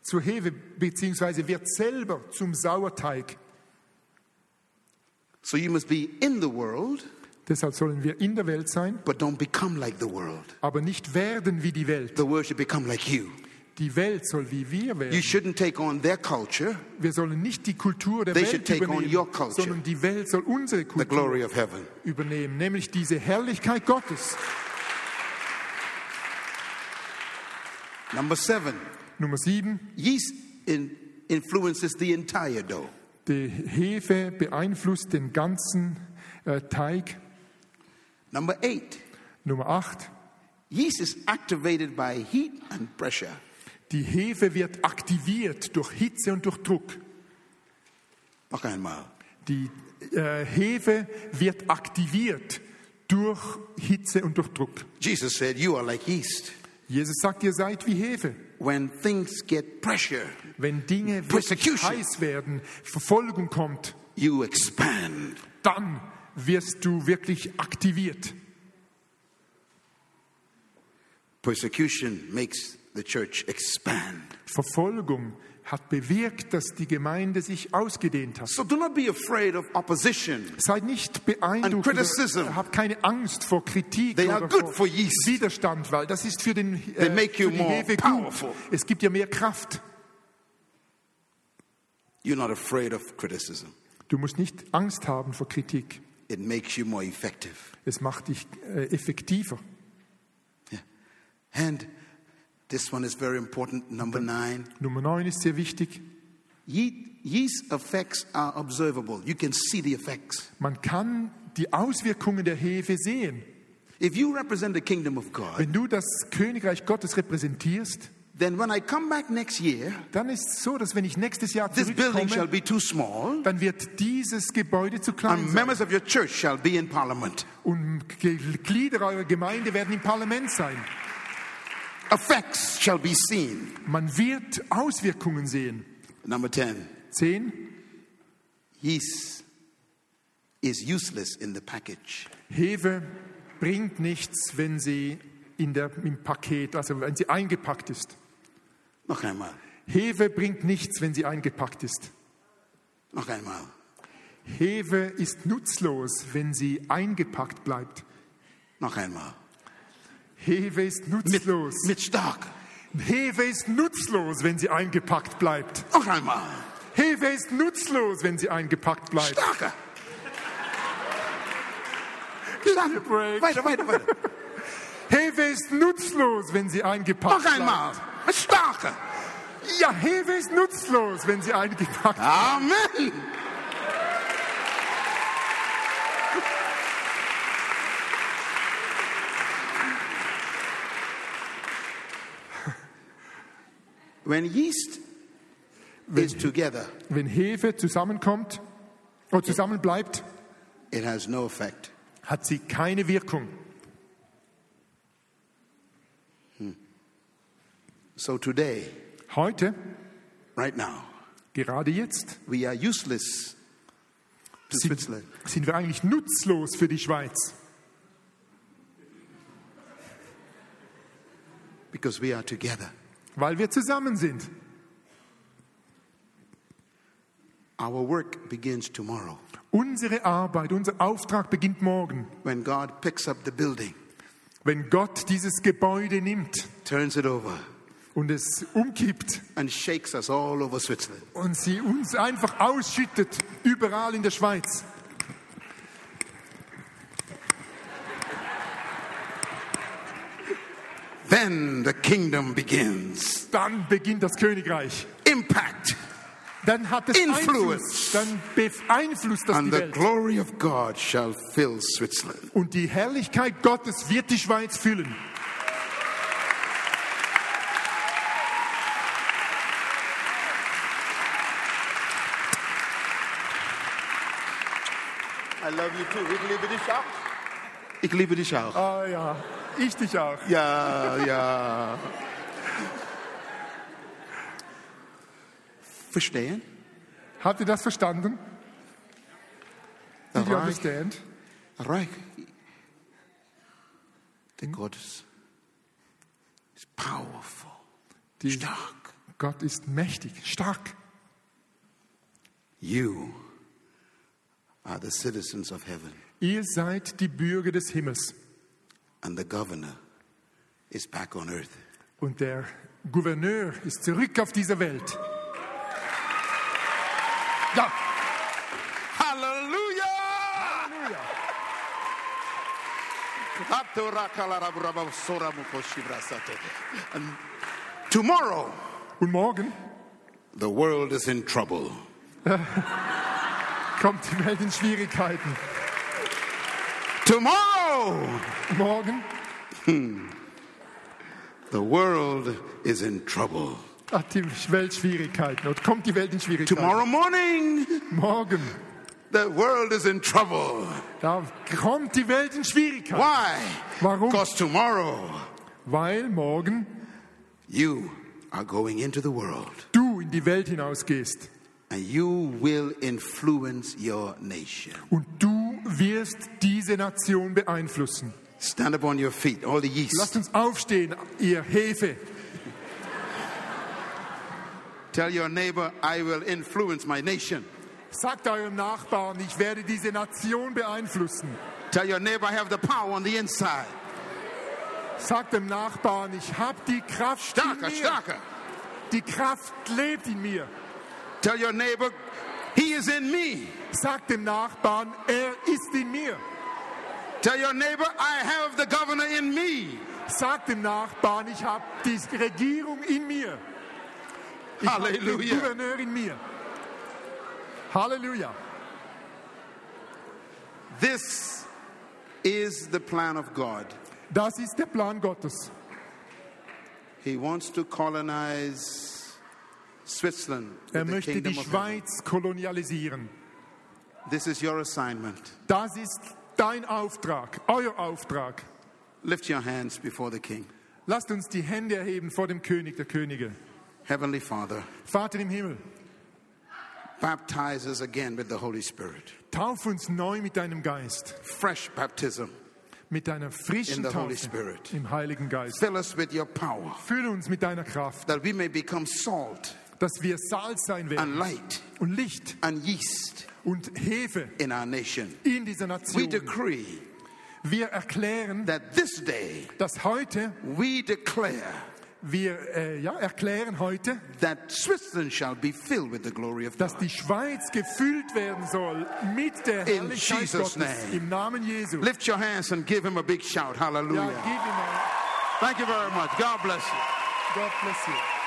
S2: zur Hefe, beziehungsweise wird selber zum Sauerteig.
S1: So you must be in the world,
S2: Deshalb sollen wir in der Welt sein,
S1: but don't become like the world.
S2: aber nicht werden wie die Welt.
S1: The world should become like you.
S2: Die Welt soll wie wir
S1: You
S2: werden.
S1: shouldn't take on their culture,
S2: Wir sollen nicht die Kultur der
S1: They should
S2: Welt
S1: take on your
S2: übernehmen,
S1: culture.
S2: sondern die Welt soll unsere
S1: the
S2: Kultur
S1: glory of heaven.
S2: übernehmen, nämlich diese Herrlichkeit Gottes.
S1: Number seven,
S2: Nummer sieben,
S1: yeast in, influences the entire dough.
S2: die Hefe beeinflusst den ganzen äh, Teig.
S1: Number eight,
S2: Nummer acht,
S1: yeast is activated by heat and pressure.
S2: die Hefe wird aktiviert durch Hitze und durch Druck.
S1: Noch einmal.
S2: Die äh, Hefe wird aktiviert durch Hitze und durch Druck.
S1: Jesus said, You are like yeast.
S2: Jesus sagt, ihr seid wie Hefe.
S1: When things get pressure,
S2: Wenn Dinge wirklich
S1: Persecution.
S2: heiß werden, Verfolgung kommt,
S1: you expand.
S2: dann wirst du wirklich aktiviert.
S1: Persecution makes the church expand.
S2: Verfolgung hat bewirkt, dass die Gemeinde sich ausgedehnt hat.
S1: So do not be afraid of opposition.
S2: Seid nicht
S1: And
S2: beeindruckt,
S1: criticism.
S2: oder habt keine Angst vor Kritik
S1: They are
S2: oder
S1: good for
S2: vor
S1: yeast.
S2: Widerstand, weil das ist für, den, äh,
S1: They make you
S2: für die
S1: more
S2: Hefe
S1: powerful.
S2: gut. Es gibt ja mehr Kraft.
S1: You're not afraid of criticism.
S2: Du musst nicht Angst haben vor Kritik.
S1: It makes you more effective.
S2: Es macht dich äh, effektiver.
S1: Yeah. And this one is very important. Number nine
S2: Nummer neun ist sehr wichtig.
S1: Ye- yeast effects are observable. You can see the effects.
S2: Man kann die Auswirkungen der Hefe sehen.
S1: If you represent the kingdom of God,
S2: Wenn du das Königreich Gottes repräsentierst,
S1: then when I come back next year,
S2: dann ist es so, dass wenn ich nächstes Jahr
S1: this building shall
S2: zurückkomme,
S1: be too small.
S2: dann wird dieses Gebäide zu klein
S1: And
S2: sein.
S1: members of your church shall be in parliament.
S2: Und Ge- Glieder eurer Gemeinde werden im Parlament sein.
S1: Effects shall be seen.
S2: Man wird Auswirkungen sehen.
S1: Number 10.
S2: Zehn,
S1: Yeast is useless in the package.
S2: Hefe bringt nichts, wenn sie in der, im Paket, also wenn sie eingepackt ist.
S1: Noch einmal.
S2: Hefe bringt nichts, wenn sie eingepackt ist.
S1: Noch einmal.
S2: Hefe ist nutzlos, wenn sie eingepackt bleibt.
S1: Noch einmal.
S2: Hefe ist
S1: Mit,
S2: nutzlos.
S1: mit stark.
S2: Hefe ist nutzlos, wenn sie eingepackt bleibt.
S1: Noch einmal.
S2: Hefe ist nutzlos, wenn sie eingepackt bleibt.
S1: Starker.
S2: a break.
S1: Weiter, weiter, weiter.
S2: Hefe ist nutzlos, wenn sie eingepackt
S1: Noch
S2: bleibt.
S1: einmal. Mit starker.
S2: Ja, Hefe ist nutzlos, wenn sie eingepackt
S1: Ah.
S2: bleibt.
S1: Amen. When yeast is together,
S2: Wenn Hefe zusammenkommt oder zusammenbleibt,
S1: it has no effect.
S2: hat sie keine Wirkung.
S1: So today,
S2: Heute,
S1: right now,
S2: gerade jetzt,
S1: we are useless to
S2: sind,
S1: Switzerland.
S2: sind wir eigentlich nutzlos für die Schweiz,
S1: because we are together.
S2: weil wir zusammen sind.
S1: Our work begins tomorrow
S2: Unsere Arbeit, unser Auftrag beginnt morgen,
S1: when God picks up the building,
S2: wenn Gott dieses Gebäude nimmt
S1: turns it over,
S2: und es umkippt
S1: and shakes us all over Switzerland.
S2: und sie uns einfach ausschüttet, überall in der Schweiz.
S1: Then the kingdom begins.
S2: Dann beginnt das Königreich.
S1: Impact.
S2: dann hat es
S1: Influence.
S2: Einfluss, dann beeinflusst das
S1: and
S2: die
S1: the
S2: Welt.
S1: glory of God shall fill Switzerland.
S2: Und die Herrlichkeit Gottes wird die Schweiz füllen.
S1: I love you too. Ich liebe dich auch. Ich liebe dich auch.
S2: Ah ja, ich dich auch.
S1: Ja, ja. Verstehen?
S2: Habt ihr das verstanden? Did you
S1: Alright.
S2: understand?
S1: Reich. Der Gott ist, ist powerful,
S2: Die-
S1: stark.
S2: Gott ist mächtig, stark.
S1: You are the citizens of heaven,
S2: Ihr seid die Bürger des Himmels.
S1: and the governor is back on earth.
S2: Und der Gouverneur ist zurück auf dieser Welt. Ja,
S1: Hallelujah!
S2: Halleluja.
S1: And tomorrow,
S2: Und morgen
S1: the world is in trouble.
S2: kommt die Welt in Schwierigkeiten.
S1: Tomorrow,
S2: Morgen,
S1: the world is in trouble.
S2: hat die Welt Schwierigkeiten oder kommt die Welt in Schwierigkeiten.
S1: Tomorrow morning,
S2: Morgen,
S1: the world is in trouble.
S2: da kommt die Welt in Schwierigkeiten.
S1: Why?
S2: Warum?
S1: Because tomorrow
S2: Weil morgen
S1: you are going into the world
S2: du in die Welt hinausgehst
S1: and you will influence your nation.
S2: und du wirst diese Nation beeinflussen.
S1: Stand up on your feet, all the yeast.
S2: Lasst uns aufstehen, ihr Hefe.
S1: Tell your neighbor, I will influence my nation.
S2: Sagt eurem Nachbarn, ich werde diese Nation beeinflussen.
S1: Tell your neighbor, I have the power on the inside.
S2: Sagt dem Nachbarn, ich habe die Kraft in
S1: Starker,
S2: mir.
S1: starker.
S2: Die Kraft lebt in mir.
S1: Tell your neighbor, he is in me.
S2: Sagt dem Nachbarn, er ist in mir.
S1: Tell your neighbor, I have the governor in me.
S2: Sagt dem Nachbarn, ich habe die Regierung in mir. Ich hab
S1: Halleluja.
S2: Den Gouverneur in mir. Halleluja.
S1: This is the plan of God.
S2: Das ist der Plan Gottes.
S1: He wants to colonize Switzerland. with
S2: Er
S1: the
S2: möchte die
S1: kingdom of heaven.
S2: Schweiz kolonialisieren.
S1: This is your assignment.
S2: Das ist dein Auftrag, euer Auftrag.
S1: Lift your hands before the King.
S2: Lasst uns die Hände erheben vor dem König der Könige.
S1: Heavenly Father,
S2: Vater im Himmel,
S1: baptize us again with the Holy Spirit.
S2: tauf uns neu mit deinem Geist,
S1: Fresh baptism.
S2: mit deiner frischen
S1: In the Holy
S2: Taufe
S1: Spirit.
S2: im Heiligen Geist.
S1: Fill us with your power
S2: Fülle uns mit deiner Kraft,
S1: that we may become salt
S2: dass wir Salz sein
S1: and
S2: werden
S1: light
S2: und Licht
S1: and yeast
S2: und Hefe
S1: in our nation.
S2: in dieser
S1: We
S2: Nation.
S1: decree
S2: Wir erklären,
S1: that this day
S2: dass heute,
S1: we declare
S2: wir äh, ja, erklären heute,
S1: that Switzerland shall be filled with the glory of
S2: dass
S1: God.
S2: die Schweiz gefüllt werden soll mit der
S1: In
S2: Herrlichkeit
S1: Jesus'
S2: Gottes
S1: name.
S2: im Namen Jesu.
S1: Lift your hands and give him a big shout.
S2: Ja,
S1: Hallelujah.
S2: gib ihm ein.
S1: Thank you very much. God bless you.
S2: Gott bless you.